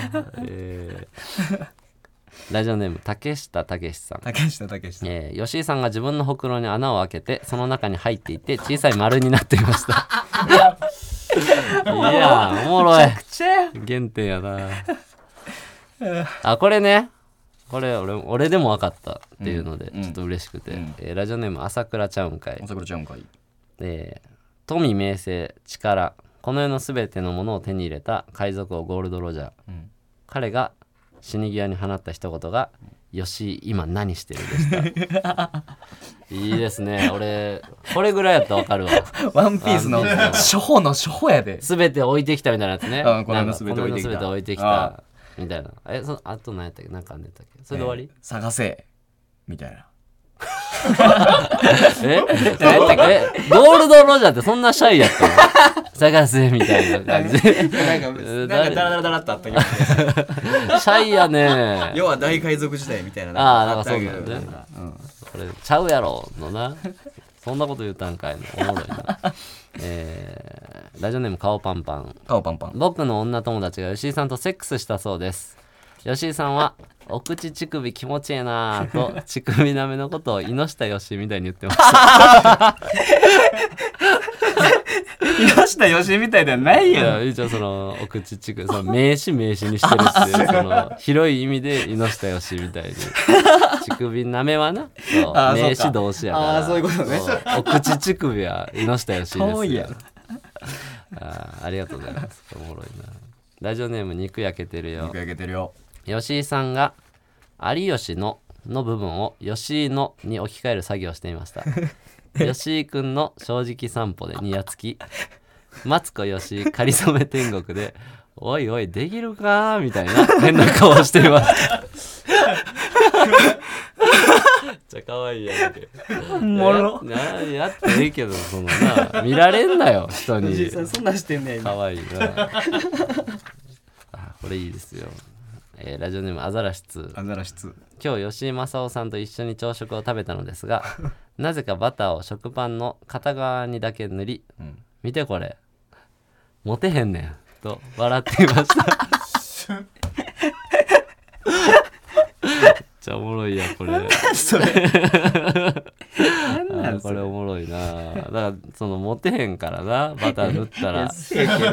えーラジオネーム竹下武さん、
竹下竹下
えー吉井さんが自分のほくろに穴を開けてその中に入っていて小さい丸になっていました いやおもろい原点や なあこれねこれ俺俺でも分かったっていうので、
うん
ちょっと嬉しくて、
うん
えーラジオネーム朝倉ちゃうんかい
おさくらちゃんかい
えー富名声力この世の全てのものを手に入れた海賊王ゴールド・ロジャー、
ん
彼が死に際に放った一言が「吉井今何してる?」でした いいですね俺これぐらいやったらわかるわ
ワンピースの
ワンピー
初歩の初歩やで
全て置いてきたみたいなやつね
うんこの世の
なんか
全て置いてき
この世の
た
全て置いてき
あ
たみたいなえそのあと何やったっけなんかあんねんやったっけそれで終わり、
探せみたいな
え えゴールド・ロジャーってそんなシャイやった の探せみたいな感じシ
なんか
えー
なんかダラダラダラっとあったけど
ャイやね
要は大海賊時代みたいな
ああなん
ん
かそうだよね
あったけどうん
これちゃうやろのなそんなこと言うたんかいのおもろいなえーラジオネーム顔パンパン
顔パンパン
僕の女友達が吉井さんとセックスしたそうです吉井さんは「お口乳首気持ちええな」と乳首なめのことを猪下よしみたいに言ってました
吉田よしみたいではない
いや一応そのお口乳首 その名詞名詞にしてるっていうその広い意味で猪下よしみ たいに乳首なめはなそう
あーそうか
名詞動詞やから
あーそういうことね
そうお口乳首は猪下よしです
遠いやん
あーありがとうございます。おもろいな。ラジオネーム肉焼けてるよ
肉。焼けてるよ
吉井さんが有吉のの部分を吉井のに置き換える作業をしていま した。吉井くんの正直散歩でニヤつき、マツコ吉井かりそめ天国で、おいおいできるかみたいな変な顔をしています。 めっちゃ可愛いやんけ。
もろ
やややっていいけどそのな見られんなよ人に。
そんなんしてんね
かわいいなあこれいいですよ、えーラジオネームアザラシ2
アザラシ2
今日吉井正夫さんと一緒に朝食を食べたのですがなぜかバターを食パンの片側にだけ塗り、
ん
見てこれモテへんねんと笑っていましためっちゃおもろいやんこれ
それなんな
あー
ん
こ
そ
れ
れ
おもろいなだからそのモテへんからなバター塗ったら
せやけど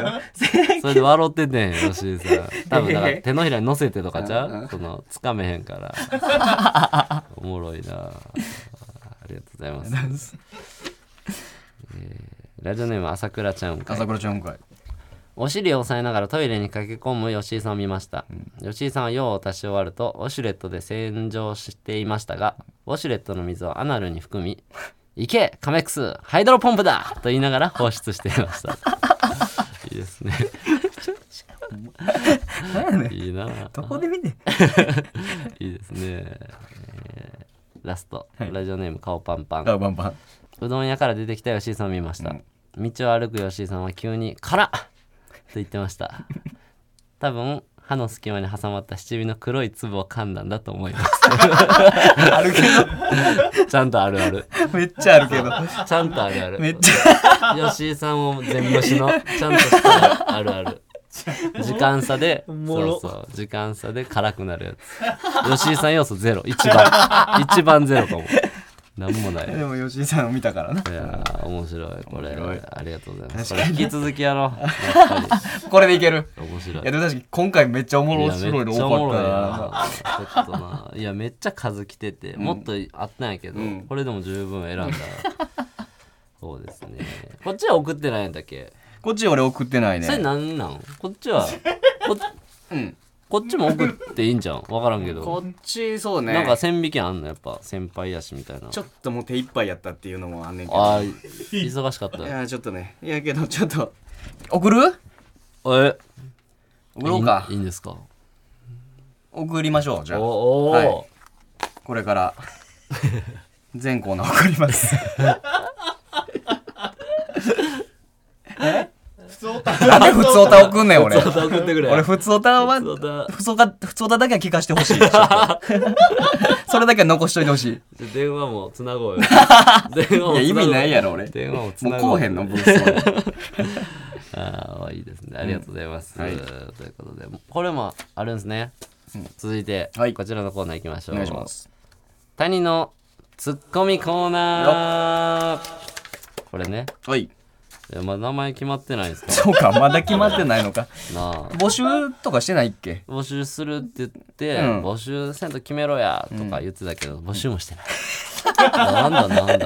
それで笑ってんねん吉井さ ん多分だから手のひらに乗せてとかちゃ
うんう
うんそのつかめへんから おもろいなありがとうございます、えーラジオネーム朝倉ちゃんかい
朝倉ちゃんかい
お尻を押さえながらトイレに駆け込む吉井さんを見ました、吉井さんは用を足し終わるとウォシュレットで洗浄していましたがウォシュレットの水をアナルに含み「行けカメックスハイドロポンプだ!」と言いながら放出していました いいですね
何やねん
いいなあ
どこで見てん
いいですね、えーラスト、ラジオネーム顔パンパン
顔パンパン
うどん屋から出てきた吉井さんを見ました、道を歩く吉井さんは急に「辛っ!」と言ってました多分歯の隙間に挟まった七味の黒い粒を噛んだんだと思います
あるけ
ちゃんとあるある
ど。めっちゃあるけど。
ちゃんとあるある
めっちゃ。
吉井さんも全無視 のちゃんとしたあるある時間差でそうそう時間差で辛くなるやつ吉井さん要素ゼロ一 番一番ゼロかもなんもない
でも吉井さんを見たからな。
いやー面白いこれ
面白い
ありがとうございますこれ引き続きやろうやっぱ
これでいける。
り面白い
いやでも確かに今回めっちゃおもろいの
いやめっちゃおも
多
ろい
かっ
なちょっとないやめっちゃ数来てて、もっとあったんやけど、
うん
これでも十分選んだ、 そうですねこっちは送ってないんだっけ、
たな。こっち俺送ってない
それ
ね。
なんなんこっちはこ
うん。
こっちも送っていいんじゃんわからんけど、
こっちそうね。
なんか線引きあんのやっぱ先輩やしみたいな
ちょっともう手一杯やったっていうのもあんねんけど。
あー忙しかった
い
え
やちょっとね。いやけどちょっと送る？送ろうか
いい。いいんですか
送りましょうじゃあ。
おおー、
はいこれから 全コーナー送り ます。
普通だ
なんで普通オタ送んねん俺。
ちょっと送ってくれ
俺普通オタは
普通歌
普通オタ普通オタだけは聞かして ほしい。ちょっとそれだけは残しといてほしい。
じゃあ電話もつな ごうよ電話もつごう
いや意味ないやろ俺
電話もつ
も
な
う
ご
こ
う
うへんのブースは
ああいいですねありがとうございます、
うんはい
ということでこれもあるんですね、続いて、
はい
こちらのコーナー行きましょ
お
う
願いします。
谷のツッコミコーナーこれね
はい。
いやまだ名前決まってないんですか
そうかまだ決まってないのか。
なあ
募集とかしてないっけ？
募集するって言って、
うん
募集せんと決めろやとか言ってたけど、募集もしてないだんだんだんだん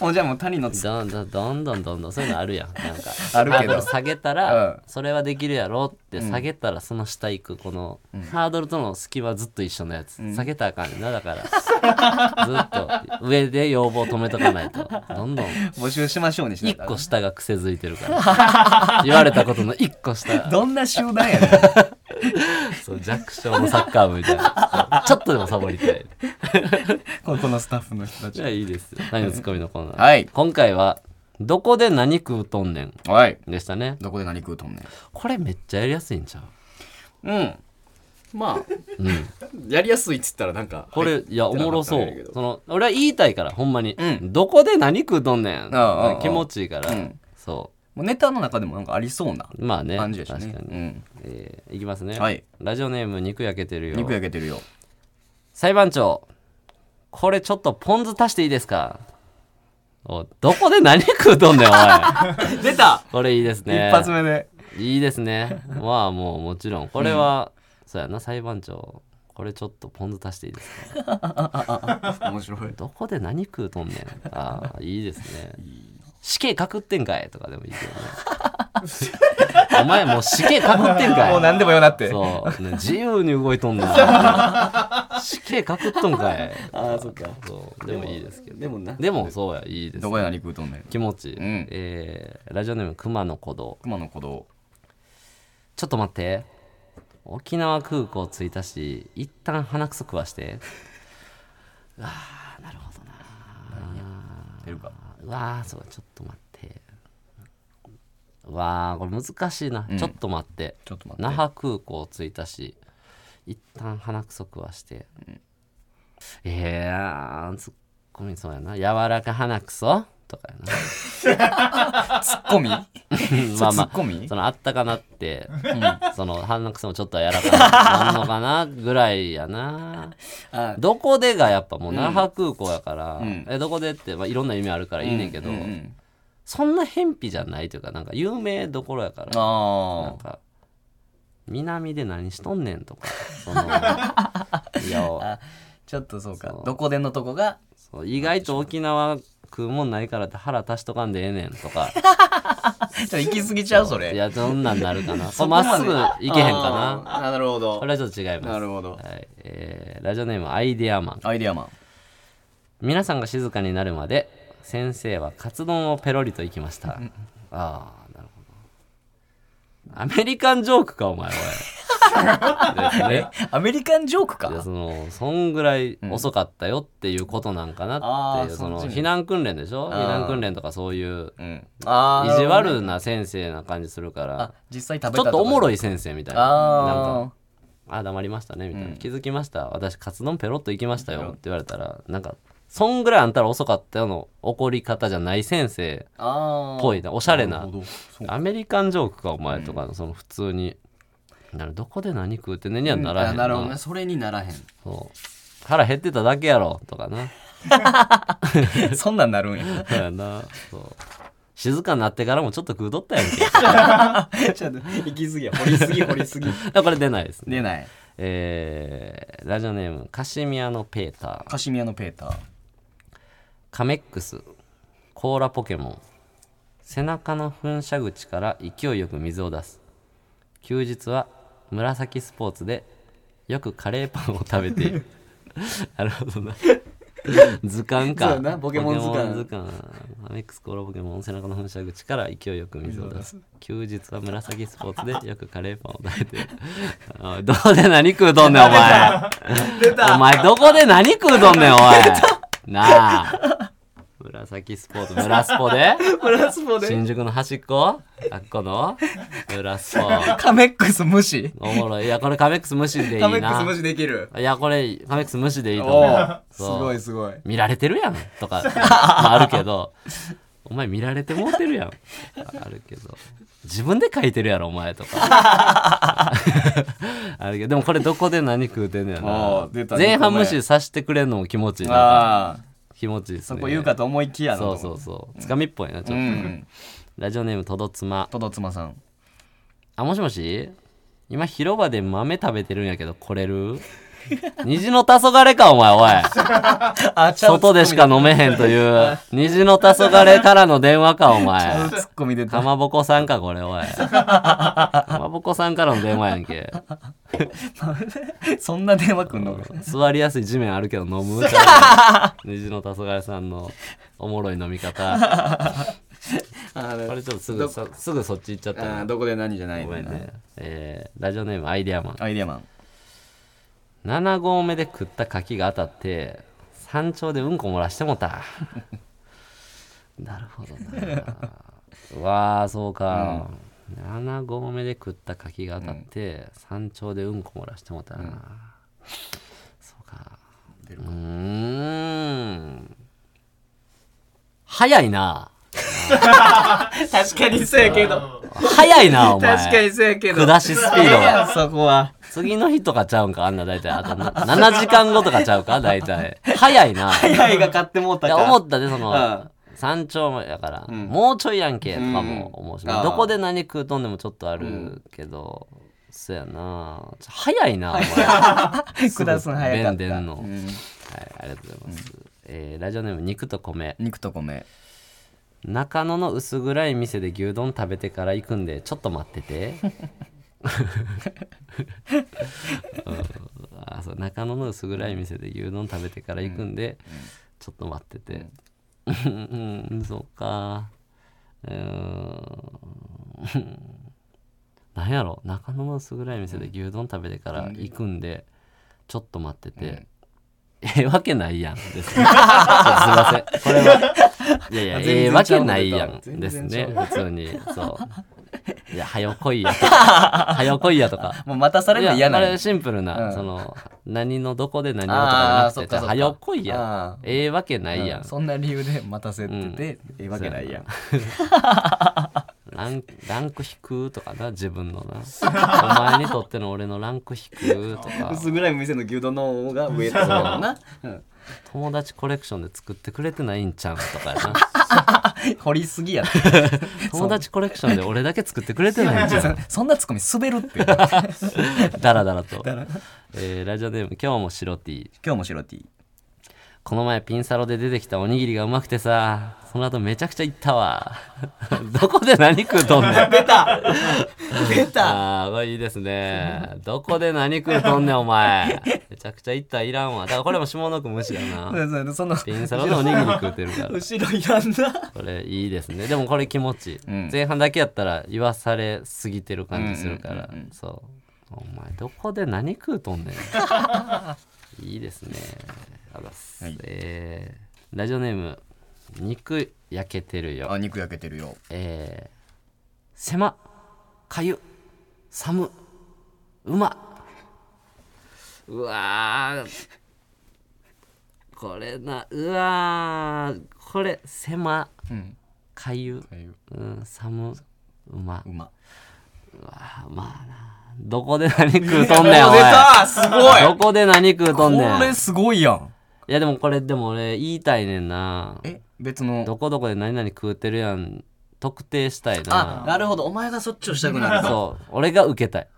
もうじゃあもう谷のつ
だんだんだんだんだんだんそういうのあるやんなんか
あるけ
ハ
ど
ードル下げた
うん
らそれはできるやろって下げたらその下行くこのハードルとの隙間ずっと一緒のやつ下げたらあかんねんなだからずっと上で要望止めとかないとどんどん
募集しましょうにしない
一
と
個下が癖づいてるから 言われたことの一個下
どんな集団 やねん。
そう弱小のサッカー部みたいなそうちょっとでもサボりたい
ここのスタッフの人たち
じゃあ。いいですよ何のツッコミのコーナー、
はい
今回は「どこで何食うとんねん
はい。」
でしたね
どこで何食うとんね。
これめっちゃやりやすいんちゃうん
うん。まあ、
うん、
やりやすいっつったらなんか
これ、い、やおもろそ
入ってなかったんやけ
う
ど
その俺は言いたいからほんまに、
うん
どこで何食うとんねん
ああ
気持ちいいから、
うん
そ
もうネタの中でもなんかありそうな
うまあね
感じでした
確
ね
かに、
うん
えーいきますね、
はい
ラジオネーム肉焼けてるよ
肉焼けてる よ
裁判長これちょっとポン酢足していいですかおどこで何食うとんねんおい出たこれいいですね
一発目で
いいですねまあもうもちろんこれは、そうやな裁判長これちょっとポン酢足していいですか
面白い
どこで何食うとんねん。ああ、いいですね。死刑かくってんかいとかでもいいけどね。お前もう死刑かくってんかい
もう何でもよなって
そう、ね、自由に動いとんね ん。死刑かくっとんかい
ああそっか
そう、でもいいですけど。
でもな
でもそうや、いいです
ど。こで何食うとんねん
気持ちいい。
うん
えーラジオネーム熊野古道。
熊の鼓動
ちょっと待って。沖縄空港着いたし、一旦鼻くそ食わして。
出るか
うわーそうちょっと待ってうわあこれ難しいな、ちょっと待って
ちょっと待って
那覇空港着いたし一旦鼻くそ食わして、ええー、ツッコミそうやな柔らか鼻くそとかやな
ツッコミ
まあ
ツ
ま
ッコミ
あそのあったかなって、その鼻くそもちょっと柔らかななんのかなぐらいやな
あ
どこでがやっぱもう那覇空港やから、
ん
えどこでって、まあ、いろんな意味あるからいいねんけど、
うんうん
そんな偏僻じゃないというかなんか有名どころやからな
あ
んか南で何しとんねんとかそ のいや
あちょっとそうか
そう
どこでのとこが
そう意外と沖縄食うもんないからって腹足しとかんでええねんと か
ちょっと行き過ぎちゃうそ
い
れ
やどんなんなるか なそうまっすぐ行けへんかな
ななるほど
これはちょっと違います
なるほど
はいえーラジオネームアイデアマン
アイデアマン
皆さんが静かになるまで先生はカツ丼をペロリといきま したああなるほどアメリカンジョークかお前おいですね
アメリカンジョーク
いや
か
そのそんぐらい遅かったよっていうことなんかなっていう、
うんあー
その
そっちに
避難訓練でしょ
あー
避難訓練とかそういう
うんあ
意
ー
地悪な先生な感じするか
あ
ら
実際食べ
ちょ
た
っとおもろ
い
い先生みたいななん
あ
か「あー黙りましたね」みたいな、
うん
気づきました私カツ丼ペロッといきました
ペロ
よ」
ッ
って言われたらなんか「そんぐらいあんたら遅かったよ」の怒り方じゃない先生
ーあー
っぽいなおしゃれな
るほどそう
アメリカンジョークかお前とかのその普通に「なるどこで何食うてんねん」にはならへ
あ
ん
なるほど
な
ねそれにならへ
そう腹減ってただけやろとかな。
んそんなんなるんや
そうやなそう静かになってからもちょっと食うとったやんけ
ちょっと行き過ぎや掘りすぎ掘りすぎ
あこれ出ないですね
出ない
えーラジオネームカシミヤのペーター
カシミヤのペーター
カメックスコーラポケモン背中の噴射口から勢いよく水を出す休日は紫スポーツでよくカレーパンを食べている なるほどな図鑑
そう
か
やなポケモン図鑑
ポケモン図鑑カメックスコーラポケモン背中の噴射口から勢いよく水を出す休日は紫スポーツでよくカレーパンを食べているおいどこで何食うとんねんお前お前どこで何食うとんねんおいなあ紫スポーツ村スポで
プラスポ
新宿の端っこあっこの村スポ
カメックス無視
おもろいいやこれカメックス無視でいい
カメックス
な
無視できる
いやこれカメックス無視でいいと
お
思
ー
う
す
そう
ごいすごい
見られてるやんと かまああるけどお前見られてもうてるやんあるけど自分で書いてるやろお前と かあるけどでもこれどこで何食うてんねや
あ
な
ー出た
前半無視させてくれんのも気持ちいいな
ああ
気持ちいいです
そ
ね
こ言うかと思いきやな
そうそうそうつかみっぽいなちょっと、
うん
ラジオネームとどつま
とどつまさん
あもしもし今広場で豆食べてるんやけど来れ る虹の黄昏かお前お い
あ
外でしか飲めへんと いう、虹の黄昏からの電話か、お前。
ツッコミ出
か
た
まぼこさんか、これ、 おい。かまぼこさんからの電話やんけ。
そんな電話くんの
座りやすい地面あるけど飲 む虹の黄昏さんのおもろい飲み方。
あ
これちょっとすぐ、さすぐそっち行っちゃった
あ
な。
どこで何じゃない
ご
んだ
めん
な
ね。えーラジオネームアイデアマン。
アイデアマン
7合目で食った柿が当たって山頂でうんこ漏らしても たなるほどなうわあそうか、7合目で食った柿が当たって山頂でうんこ漏らしてもたな、そうかうーん早いな
確かにそうやけど
早いなお前
そうやけ
下しスピードが
そこは
次の日とかちゃうんかあんな大体あと7時間後とかちゃうか大体早いな
早いが買ってもうた
い
か
や思ったでその、
うん
山頂までだから、
ん
もうちょいやんけとかも思うし、
うんあー
どこで何食うとんでもちょっとあるけど、そやなちょ早いなお前、はい、
下すの早かった
弁伝の
うん
ありがとうございます、えーラジオネーム肉と米
肉と米
中野の薄暗い店で牛丼食べてから行くんでちょっと待ってて、うんあそう中野の薄暗い店で牛丼食べてから行くんで、ちょっと待っててうん、うん、そうかうーんなんやろ中野の薄暗い店で牛丼食べてから行くんでちょっと待ってて、ええわけない やんですねちょっとすいませんこれはいやいや
あ全然
ええわけないやん
ちゃうの
ですね
全
普通にそういや早よ来いや とか早よ来いやとか
もう待たされるの
いや
嫌な
あ
んや
れシンプルな、
うん
その何のどこで何のとかじゃなくて
あーそっかそっか
早っこいや
あ
んええわけないやん、
うんそんな理由で待たせててええわけないやん
ランランク低とかな自分のなお前にとっての俺のランク低とか
薄暗い店の牛丼の方が上ってこと だなうん
友達コレクションで作ってくれてないんちゃうんとかや な
掘りすぎやって
友達コレクションで俺だけ作ってくれてないんちゃ
そそんなツッコミ滑る って
うダラダラ とえーラジオネーム今日も白 T
今日も白 T
この前ピンサロで出てきたおにぎりがうまくてさその後めちゃくちゃいったわ どこで何食うとんねん
出た出
ああーこれいいですねどこで何食うとんねんお前めちゃくちゃいったらいらんわだからこれも下の句無視だな
その
ピンサロのおにぎり食うてる から
後ろいらんな
これいいですねでもこれ気持ちいい、
ん
前半だけやったら言わされすぎてる感じするから、そうお前どこで何食うと んねんいいですねあざっす、
はい
えーラジオネーム肉焼けてるよ
あ肉焼けてるよ
えー、狭かゆ寒うまうわーこれなうわーこれ狭
うん
かゆ、うん、寒うま
うま
うわーまあなどこで何食うとんねんお
出
い
たすごい
どこで何食うとんね
こ
ん
れ
い
すごいやん
やでもこれでも俺言いたいねんな
え別
ど
の
こどこで何々食うてるやん特定したいな
あなるほどお前がそっちをしたくなると
そう、俺が受け たい。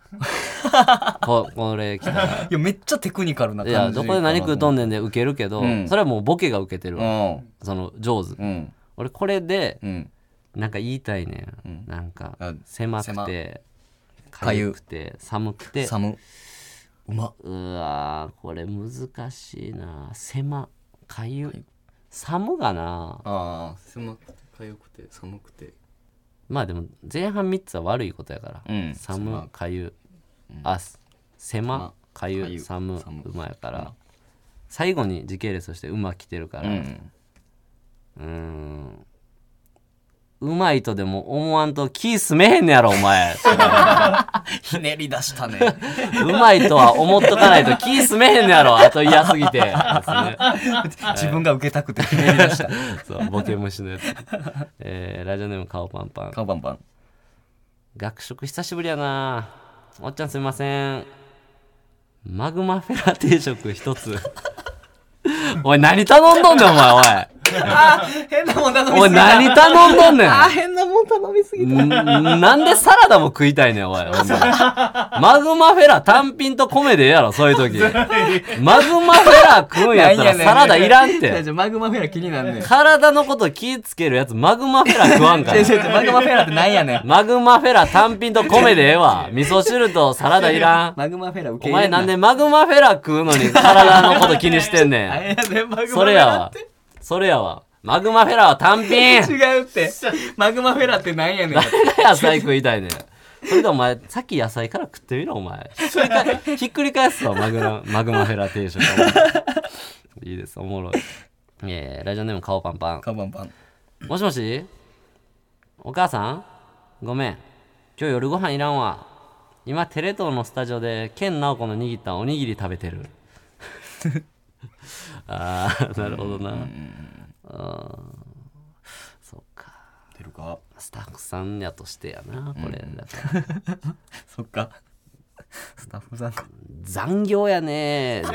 ここれ来たら。
いやめっちゃテクニカルない感じ
や、どこで何食うとんねんで受けるけど、
うん
それはもうボケが受けてる
う
わ。
ん
その、上手。
うん
俺、これで、
うん
なんか言いたいねん。
うん
なんか
あ、
狭くて、かゆくて、寒くて。
寒うま
うわーこれ難しいな。狭、かゆ。寒がな。
ああ狭くてかゆくて寒くて
まあでも、前半3つは悪いことやから。
うん
寒、かゆ。あ、狭、か
か
ゆ、
ゆ
寒
寒、
馬やから。最後に時系列として馬来てるか
う
ら。うん ーん。うまいとでも思わんと気すめへんねやろお前
ひねり出したね
うまいとは思っとかないと気すめへんねやろあと嫌すぎてですね
自分が受けたく てひねり出した
そうボケ虫のやつ、えーラジオネーム顔パンパン
カバンバン
学食久しぶりやなおっちゃんすみませんマグマフェラ定食一つ おい何頼んどんねんお前おい
変なもん頼
おい何頼んどんねん
変なもん頼みすぎ
んなんでサラダも食いたいねんおいほんまにマグマフェラ単品と米でええやろそういう時マグマフェラ食うんやったらサラダいらんて
マグマフェラ気になん ねん
体のこと気ぃつけるやつマグマフェラ食わんか
違う
ら
違うマグマフェラってなんやねん
マグマフェラ単品と米でええわ味噌汁とサラダいらん
マグマフェラ受け
お
入れ
前なんでマグマフェラ食うのに体のこと気にしてん
あれ
ね
やねんマグマフェラっ
ん。
て
それやわ。それやわ。マグマフェラは単品
違うってマグマフェラってなんやねん
野菜食いたいねん。それでお前、さっき野菜から食ってみろ、お前。ひっくり返 ひっくり返すわ、マグマ、マグマフェラ定食。いいです、おもろい。えー、ラジオネーム顔パンパン。
カバンバン
もしもしお母さんごめん。今日夜ご飯いらんわ。今、テレ東のスタジオで、健直子の握ったおにぎり食べ てる。ああ、なるほどな。あーそっか。
出るか
スタッフさんやとしてやな、これ。だから
そっかスタッフさんか
残業や ね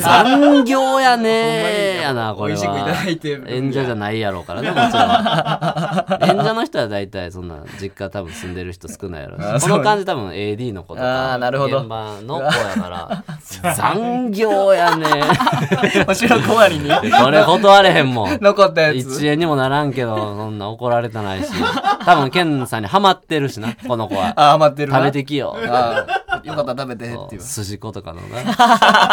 残業やねやな、これ
美
は。
味しくいただいてる
演者じゃないやろうからねもち ろん演者の人は大体そんな実家多分住んでる人少ないやろ
あー
うしこの感じ多分 AD の子とか
あーなるほど
現場の子や から残業やね
お城小割に
これ断れへんもん
残ったや
1
つ
円にもならんけどそんな怒られたないし多分ケンさんにハマってるしなこの子は
あ余ってるな
食べてきよ
あよかったら食べてっていう
筋子とかのな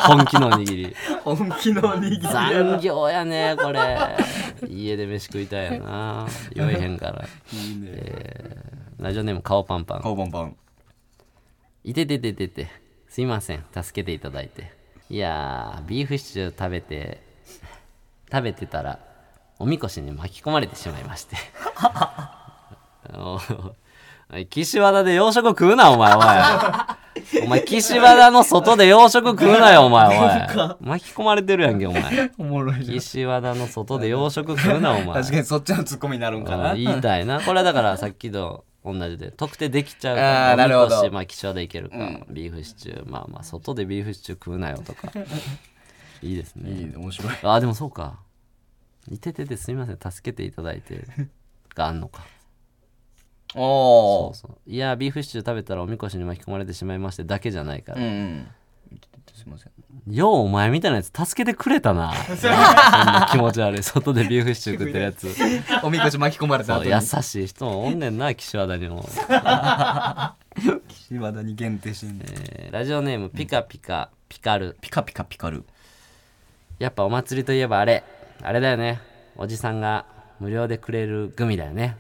本気のおにぎり
本気のおにぎり
残業やねこれ家で飯食いたいやな酔えへんから
いいね
ラジオネーム顔パンパン
顔バンバン
いてててててすいません助けていただいていやービーフシチュー食べて食べてたらおみこしに巻き込まれてしまいましてあの岸和田で洋食食うなお前おいお前岸和田の外で洋食食うなよお前おい巻き込まれてるやんけお前
おもろい
岸和田の外で洋食食うなお前
確かにそっちのツッコミになるんか
う
なん
言いたいなこれはだからさっきと同じで特定できちゃうか
あ
ら
ーなるほ
おみ
ど
こしまあ貴重でいけるか、ビーフシチューまあまあ外でビーフシチュー食うなよと かいいですね
いいね面白い
あーでもそうか似てててすみません助けていただいてがあんのか
お
そ
お
うそういやービーフシチュー食べたらおみこしに巻き込まれてしまいましてだけじゃないから、
うんうんすいません
ようお前みたいなやつ助けてくれた なそんな気持ち悪い外でビーフシチュー食ってるや つ
おみこし巻き込まれた
そう
後
優
に
しい人もおんねんな岸和田にも
岸和田に限定してんね
えーラジオネームピカピカピカル
ピカピカピカル
やっぱお祭りといえばあれあれだよねおじさんが無料でくれるグミだよね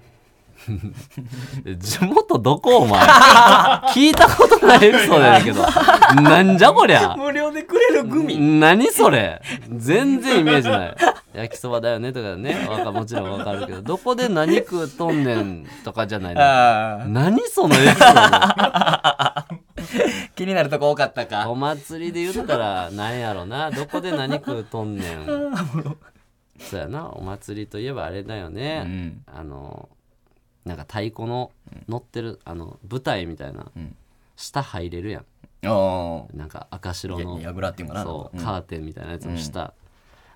地元どこお前 聞いたことないエピソードやねんけどなんじゃこりゃ
無料でくれるグミ
何それ全然イメージない焼きそばだよねとかねわかもちろんわかるけどどこで何食うとんねんとかじゃないの
あ
何そのエピソー
ー気になるとこ多かった
ドお
か
祭りで言うたら何やろなどこで何食うとん ねんそうやなお祭りといえばあれだよ
う
ね、
ん
あのなんか太鼓の乗ってる、あの舞台みたいな、
うん
下入れるやん
あ
なんか赤白
あ
の
やぐらっていうのかな
そう、
ん
カーテンみたいなやつの下、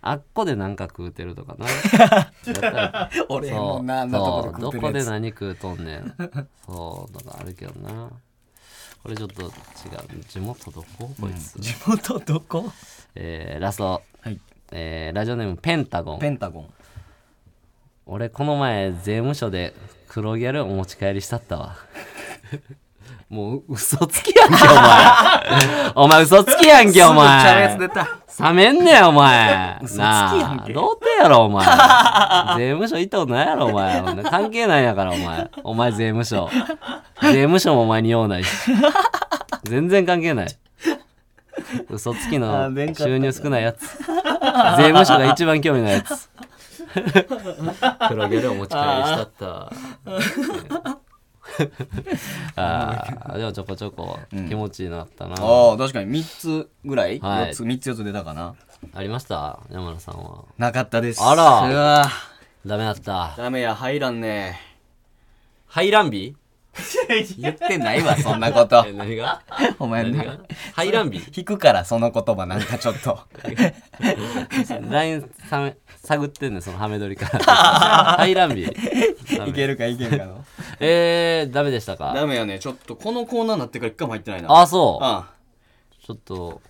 あっこで何か食うてると かなやったら
俺
そ
もなあ
うん
なとこ
そ
で
う
食
ど
って
こ
る
で
やつ
何食うとんねんそうとかあるけどなこれちょっと違う地元どここいつ、
地元どこ
えーラスト、
はい
えーラジオネームペンタゴン
ペンタゴン
俺この前税務署で黒ギャルお持ち帰りしたったわ もう嘘つきやんけ お前お前嘘つきやんけお
すぐちゃうや
前
つ出た
冷めんねんお前
嘘つきやん
なあ
け
童貞やろお 前税務署行ったことないやろお前ほんで関係ないんやからお前お前税務署税務署もお前に用ないし全然関係ない嘘つき
あ
の
ー出んかった
収入少ないやつ税務署が一番興味ないやつ黒ギャルを持ち帰りしたったわあーでもちょこちょこ気持ちいいなったな、
ああ確かに3つぐらい
はい
4つ3つ4つ出たかな
ありました山田さんは
なかったです
あら
うわ
ダメだった
ダメや入らんね
ハイランビ
言ってないわそんなこと
え何が
お前
何
な
がハイランビ
引くからその言葉なんかちょっ と
ラインさめ探ってんねんそのハメ撮りから ハイランビダメ
いけるかいけるかの
えー、ダメでした
ダ
か
メやねちょっとこのコーナーになってから一回も入ってないな
あそう
あ
ちょっと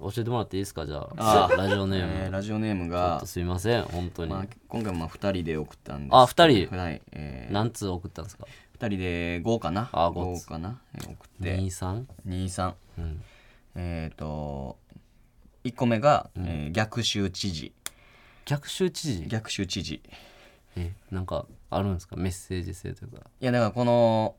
教えてもらっていいですかじゃあ
あー
ラジオネーム、
えーラジオネーム
ちょっ
が
とすいません本当に、
まあ今回もまあ2人で送ったんです
あ二人
はいえー
何通送ったんですか
二人で5かな
あ五
5
つ
かなえー送って
23
23
うん
えっと1個目がえー逆襲知事
逆襲知事
逆襲知事
えなんかあるんですかメッセージ性というか
いやだからこの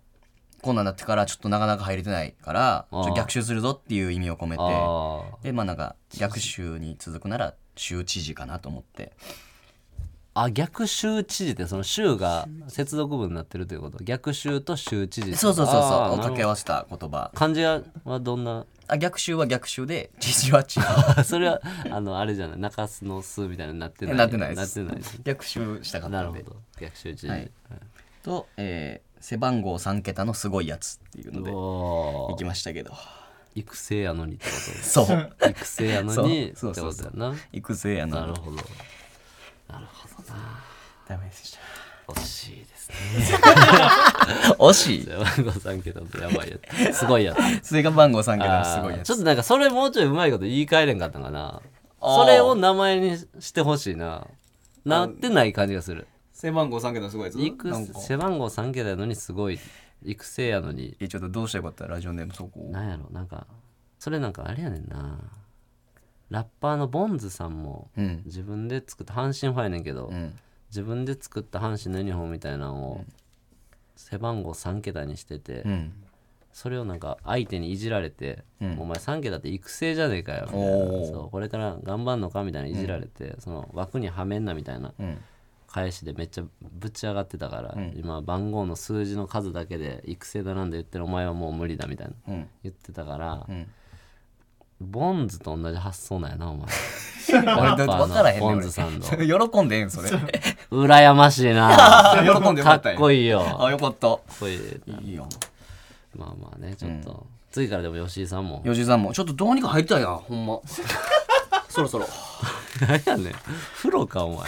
コーナーになってからちょっとなかなか入れてないからち
あー
ょっと逆襲するぞっていう意味を込めて
あ
でまあなんか逆襲に続くなら州知事かなと思って
ああ逆襲知事ってその州が接続文になってるということ逆襲と州知事
そうそうそうそ
あ
う
ー
を
なるほど
掛け合わせた言葉
漢字はどんな
あ逆襲は逆襲で知事は知事
それはあのあれじゃない中洲の巣みたいになってない
なってないで
なっ
す
てないです
逆襲したかっ
な
た
る
ん
ほ
で
ど逆襲知事、
はいと、えー背番号3桁のすごいやつっていうので
お
行き
ー
ましたけど
育成やのにってこ
そう
と育成やのにって
そ
こ
うそう
と
そ
やな
行くぜや
な
な
るほど
ダメでし
惜しいですね
た 惜しい
背番号3桁とやばいやつすごいやつ
それが番号3桁
あ
のすごい
ー
や
ちょ
つ
っとなんかそれもうちょいうまいこと言い換えれんかったんかな
あー
それを名前にしてほしいななってない感じがする
背番号3桁のすごいやつ
育
なんか
背番号3桁やのにすごい育成やのに
えちょっとどうしたらよかったラジオネームそこ
なんやろなんかそれなんかあれやねんなラッパーのボンズさんも
うん
自分で作った阪神ファンやねんけど、
うん
自分で作った阪神のユニフォームみたいなのを背番号3桁にしてて、
うん
それをなんか相手にいじられて「
うん
お前3桁って育成じゃねえかよ」みたいな
おー
そう「これから頑張んのか」みたいないじられて、その枠にはめんなみたいな
うん
返しでめっちゃぶち上がってたから、今番号の数字の数だけで育成だなんで言ってるお前はもう無理だみたいな
うん
言ってたから、
ん
ボンズと同じ発想なんやなお前
俺だ分からへんね
ボ
ん
ン
俺
ズさんの
喜んでええんそれ喜
羨ましいな
んでよか
か
ったん
っ
や
こいいよか
あよかった
っこいい
いいよ
まあまあねちょっと、次からでも吉井さんも
吉井さんもちょっとどうにか入りたいなほ んまそろそろ
何やねん風呂かお 前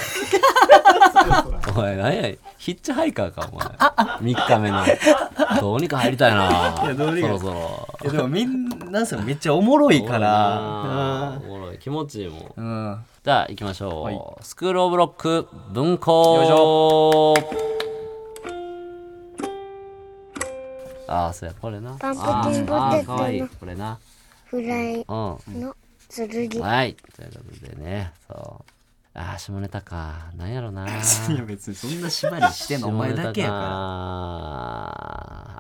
お前何やヒッチハイカーかお 前3日目のどうにか入りたいない
やどうにか
そろそろ
いやでもみんなさめっちゃおもろいから
おもろい気持ちいいもん
うん
じゃあ行きましょう、
はい
スクールオブロック文庫
よいし
ああそうやこれな
パンプキンポテトの
あーあーかわいいこれな
フライ
うん
の剣。
はいということでねそうあー下ネタかなんやろな
いや別にそんな縛りしてん のお前だけやから
ら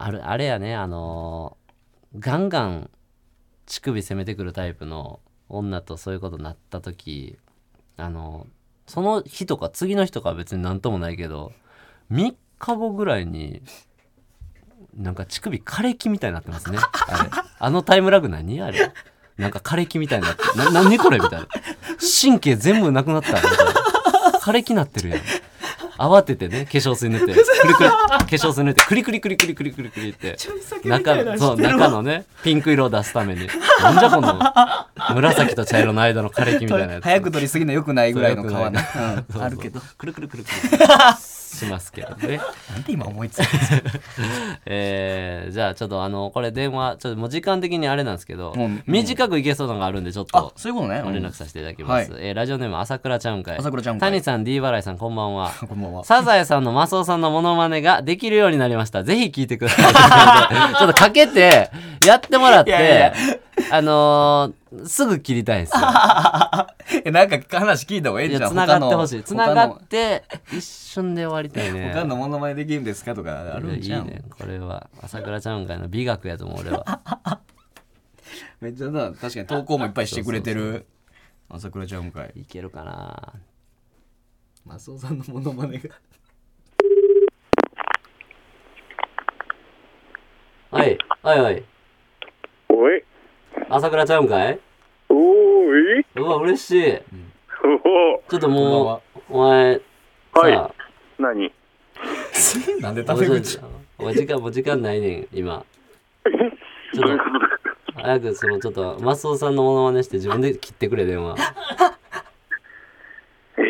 あるあれやねあのーガンガン乳首攻めてくるタイプの女とそういうことになった時あのーその日とか次の日とかは別に何ともないけど3日後ぐらいになんか乳首枯れ木みたいになってますねあれあのタイムラグ何あれなんか枯れ木みたいになってな何これみたいな神経全部なくなったみたいな枯れ木なってるやん慌ててね化粧水塗ってくりくり化粧水塗ってくりくりくりくりくりくりくりって中そう中のねピンク色を出すためになんじゃこの紫と茶色の間の枯れ木みたいなやつ
早く取りすぎのよくないぐらいの皮
そう良
な
くない
うんあるけど
くるくるくるくるしますけどね
なんで今思いついたんですか
えーじゃあちょっとあのこれ電話ちょっともう時間的にあれなんですけど
うん
短くいけそうなのがあるんでちょっ
あ
と
そういうことね
ご連絡させていただきます、
は
えーラジオネーム朝倉ちゃうんかい
朝倉ちゃうんかい
谷さん D 払いさんこんばん は
こんばんは
サザエさんのマスオさんのモノマネができるようになりました。ぜひ聞いてくだ さい。ちょっとかけて、やってもらって、
いやい
あのーすぐ切りたいん ですよ。
えなんか話聞いた方がええ
い
んじ
や、
ゃん
つながってほしい。つ
他
な
の
がって、一瞬で終わりたいね。
他のモノマネできるんですかとかあるん
い
じ
やい
ゃ
い
ん
ね。これは、朝倉ちゃうんかいの美学やと思う、俺 は。
めっちゃな確かに投稿もいっぱいしてくれてる朝倉ちゃんかい
いけるかな
マスオさんのモノマネが
はい、はいはい。
おい、
朝倉ちゃうんかい
おーい、
うわ、嬉しい。
お
ちょっともう、お前、さ、
はいー 何
なんで
お
タメ
前
口
ちょお前時間、もう時間ないねん、今。ち
どう
ょ
い
っ
う
と
ことだ
早くそのちょっとマスオさんのモノマネして自分で切ってくれ電話
えー、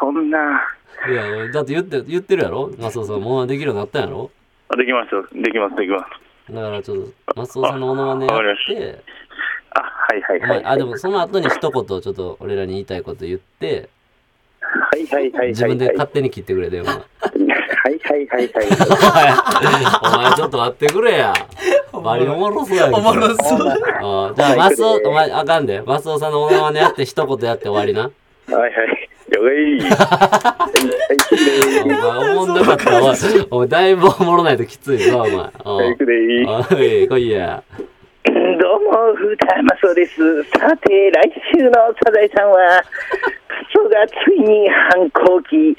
そんな。
いやだって言って言ってるやろマスオさんモノマネできるようになったんやろ
あできますよ。できます、できます。
だからちょっとマスオさんのモノマネやって
あ、はいはい
お
は
前
い。
あでもその後に一言ちょっと俺らに言いたいこと言って
はいはいはいはい。
自分で
はいは
勝手に切ってくれ電話
いはいはいはい。
お前ちょっと待ってくれやバ リおもろそうやんけ
おもろそう
あじゃあマスオお前あかんでマスオさんのモノマネやって一言やって終わりな
はいはい。了解。 はい
お前おもんなかったらお前お前だいぶおもろないときついぞお前お
はい。
う
行くでいい。どうも、
おい来いや
ふたまそうです。さて、来週のサザエさんは、カツオがついに反抗期、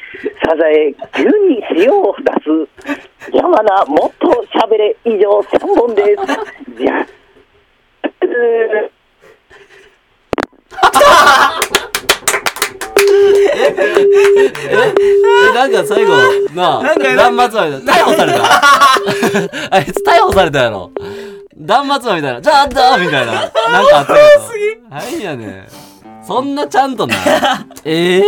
サザエ急に塩を出す。山名、もっと喋れ、以上3本です。 じゃあ、うー
えなんか最後、なあ、
なんか
断末魔みたいな。逮捕された。 あいつ逮捕されたやろ。断末魔みたいな。じゃあ、あったみたいな。なんかあったけど。はいやねん。そんなちゃんとな。ええ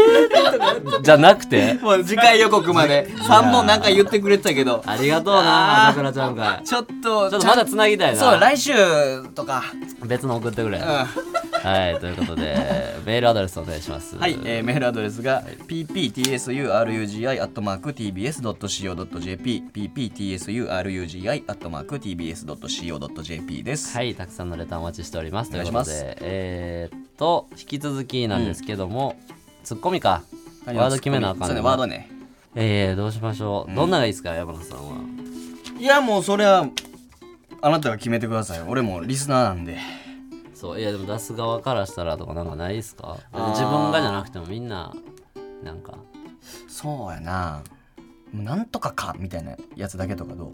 じゃなくて。
もう次回予告まで3本なんか言ってくれてたけど
ありがとうな、朝倉ちゃんが。ち
ちょっと
ょっとまだ繋ぎたいな。
そう来週とか
別の送ってくれ。
うん
はい、ということで、 メールアドレスお願いします。
はい、えーメールアドレスが pptsurugi.tbs.co.jp pptsurugi.tbs.co.jp です。
はい、たくさんのレターお待ちしております。
お
という
願い
こ
し
と
ま、
ですえーっと、引き続きなんですけども、ツッコミか。ワード決めなあかん
そうね、
な
ワードね。
えー、どうしましょう。どんながいいですか、山野さんは。
いや、もうそれは、あなたが決めてください。俺もリスナーなんで。
そう、いや、でも出す側からしたらとかなんかないですか
あー
自分がじゃなくてもみんな、なんか、
そうやな。もうなんとかかみたいなやつだけとかどう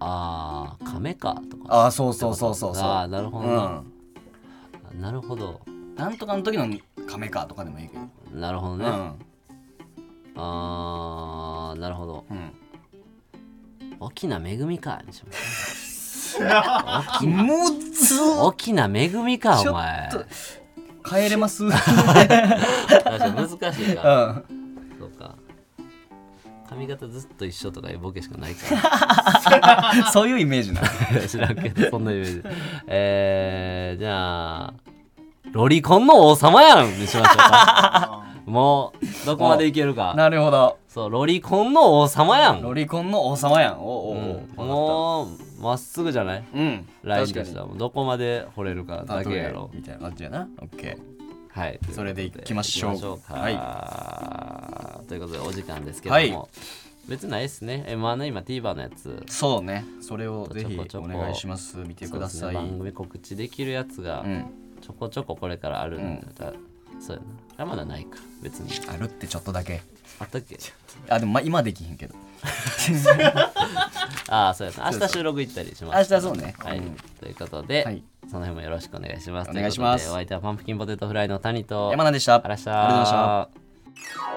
あー、亀かとか。
ああ、そうそうそうそうそう。
ああ、なるほどな、
う
なるほど。
ん。なんとかの時の亀かとかでもいいけど。
なるほど
う
ね。
ん。
あー、なるほど。
うん。
大きな恵みか。にします
むずっ
大きな恵みか、お前。
ちょ
確
っ帰れま すうん。
かに難しいから。
あ
そうか。髪型ずっと一緒とかいうボケしかないか
そういうイメージなの。
ら知らんけどそんなイメージえー、じゃあロリコンの王様やんにしましょうかもうどこまでいけるか
なるほど。
そうロリコンの王様やん、
ロリコンの王様やん。おうおう
うん
おう。わか
もうまっすぐじゃない
ったうん。
ライン
確
と
か
し
に
てはどこまで掘れるかだけやろ
みたいな感じやな。オッケー。
はい、
それで行きましょう
行きまかということでお時間ですけども、
はい
別にないですね m 1の今 TVer のやつ
そうねそれをぜ
ちょ
ひ
こちょ
お
こ
願いします見てくだ
そうで
さい
すね番組告知できるやつが
うん
ちょこちょここれからあるんだ、そうやなあまだないか別に
あるってちょっとだけ
あったっけ
あでもま今できへんけど
ああそうやな
そ
明
うそう
日収録行ったりします
明日そうね
はい、
うん
ということで、
はい
その辺もよろしくお願いします
お願いします
とうことでお相手はパンプキンポテトフライの谷と
山名でした
あらっし
ありがとうございました
ゃー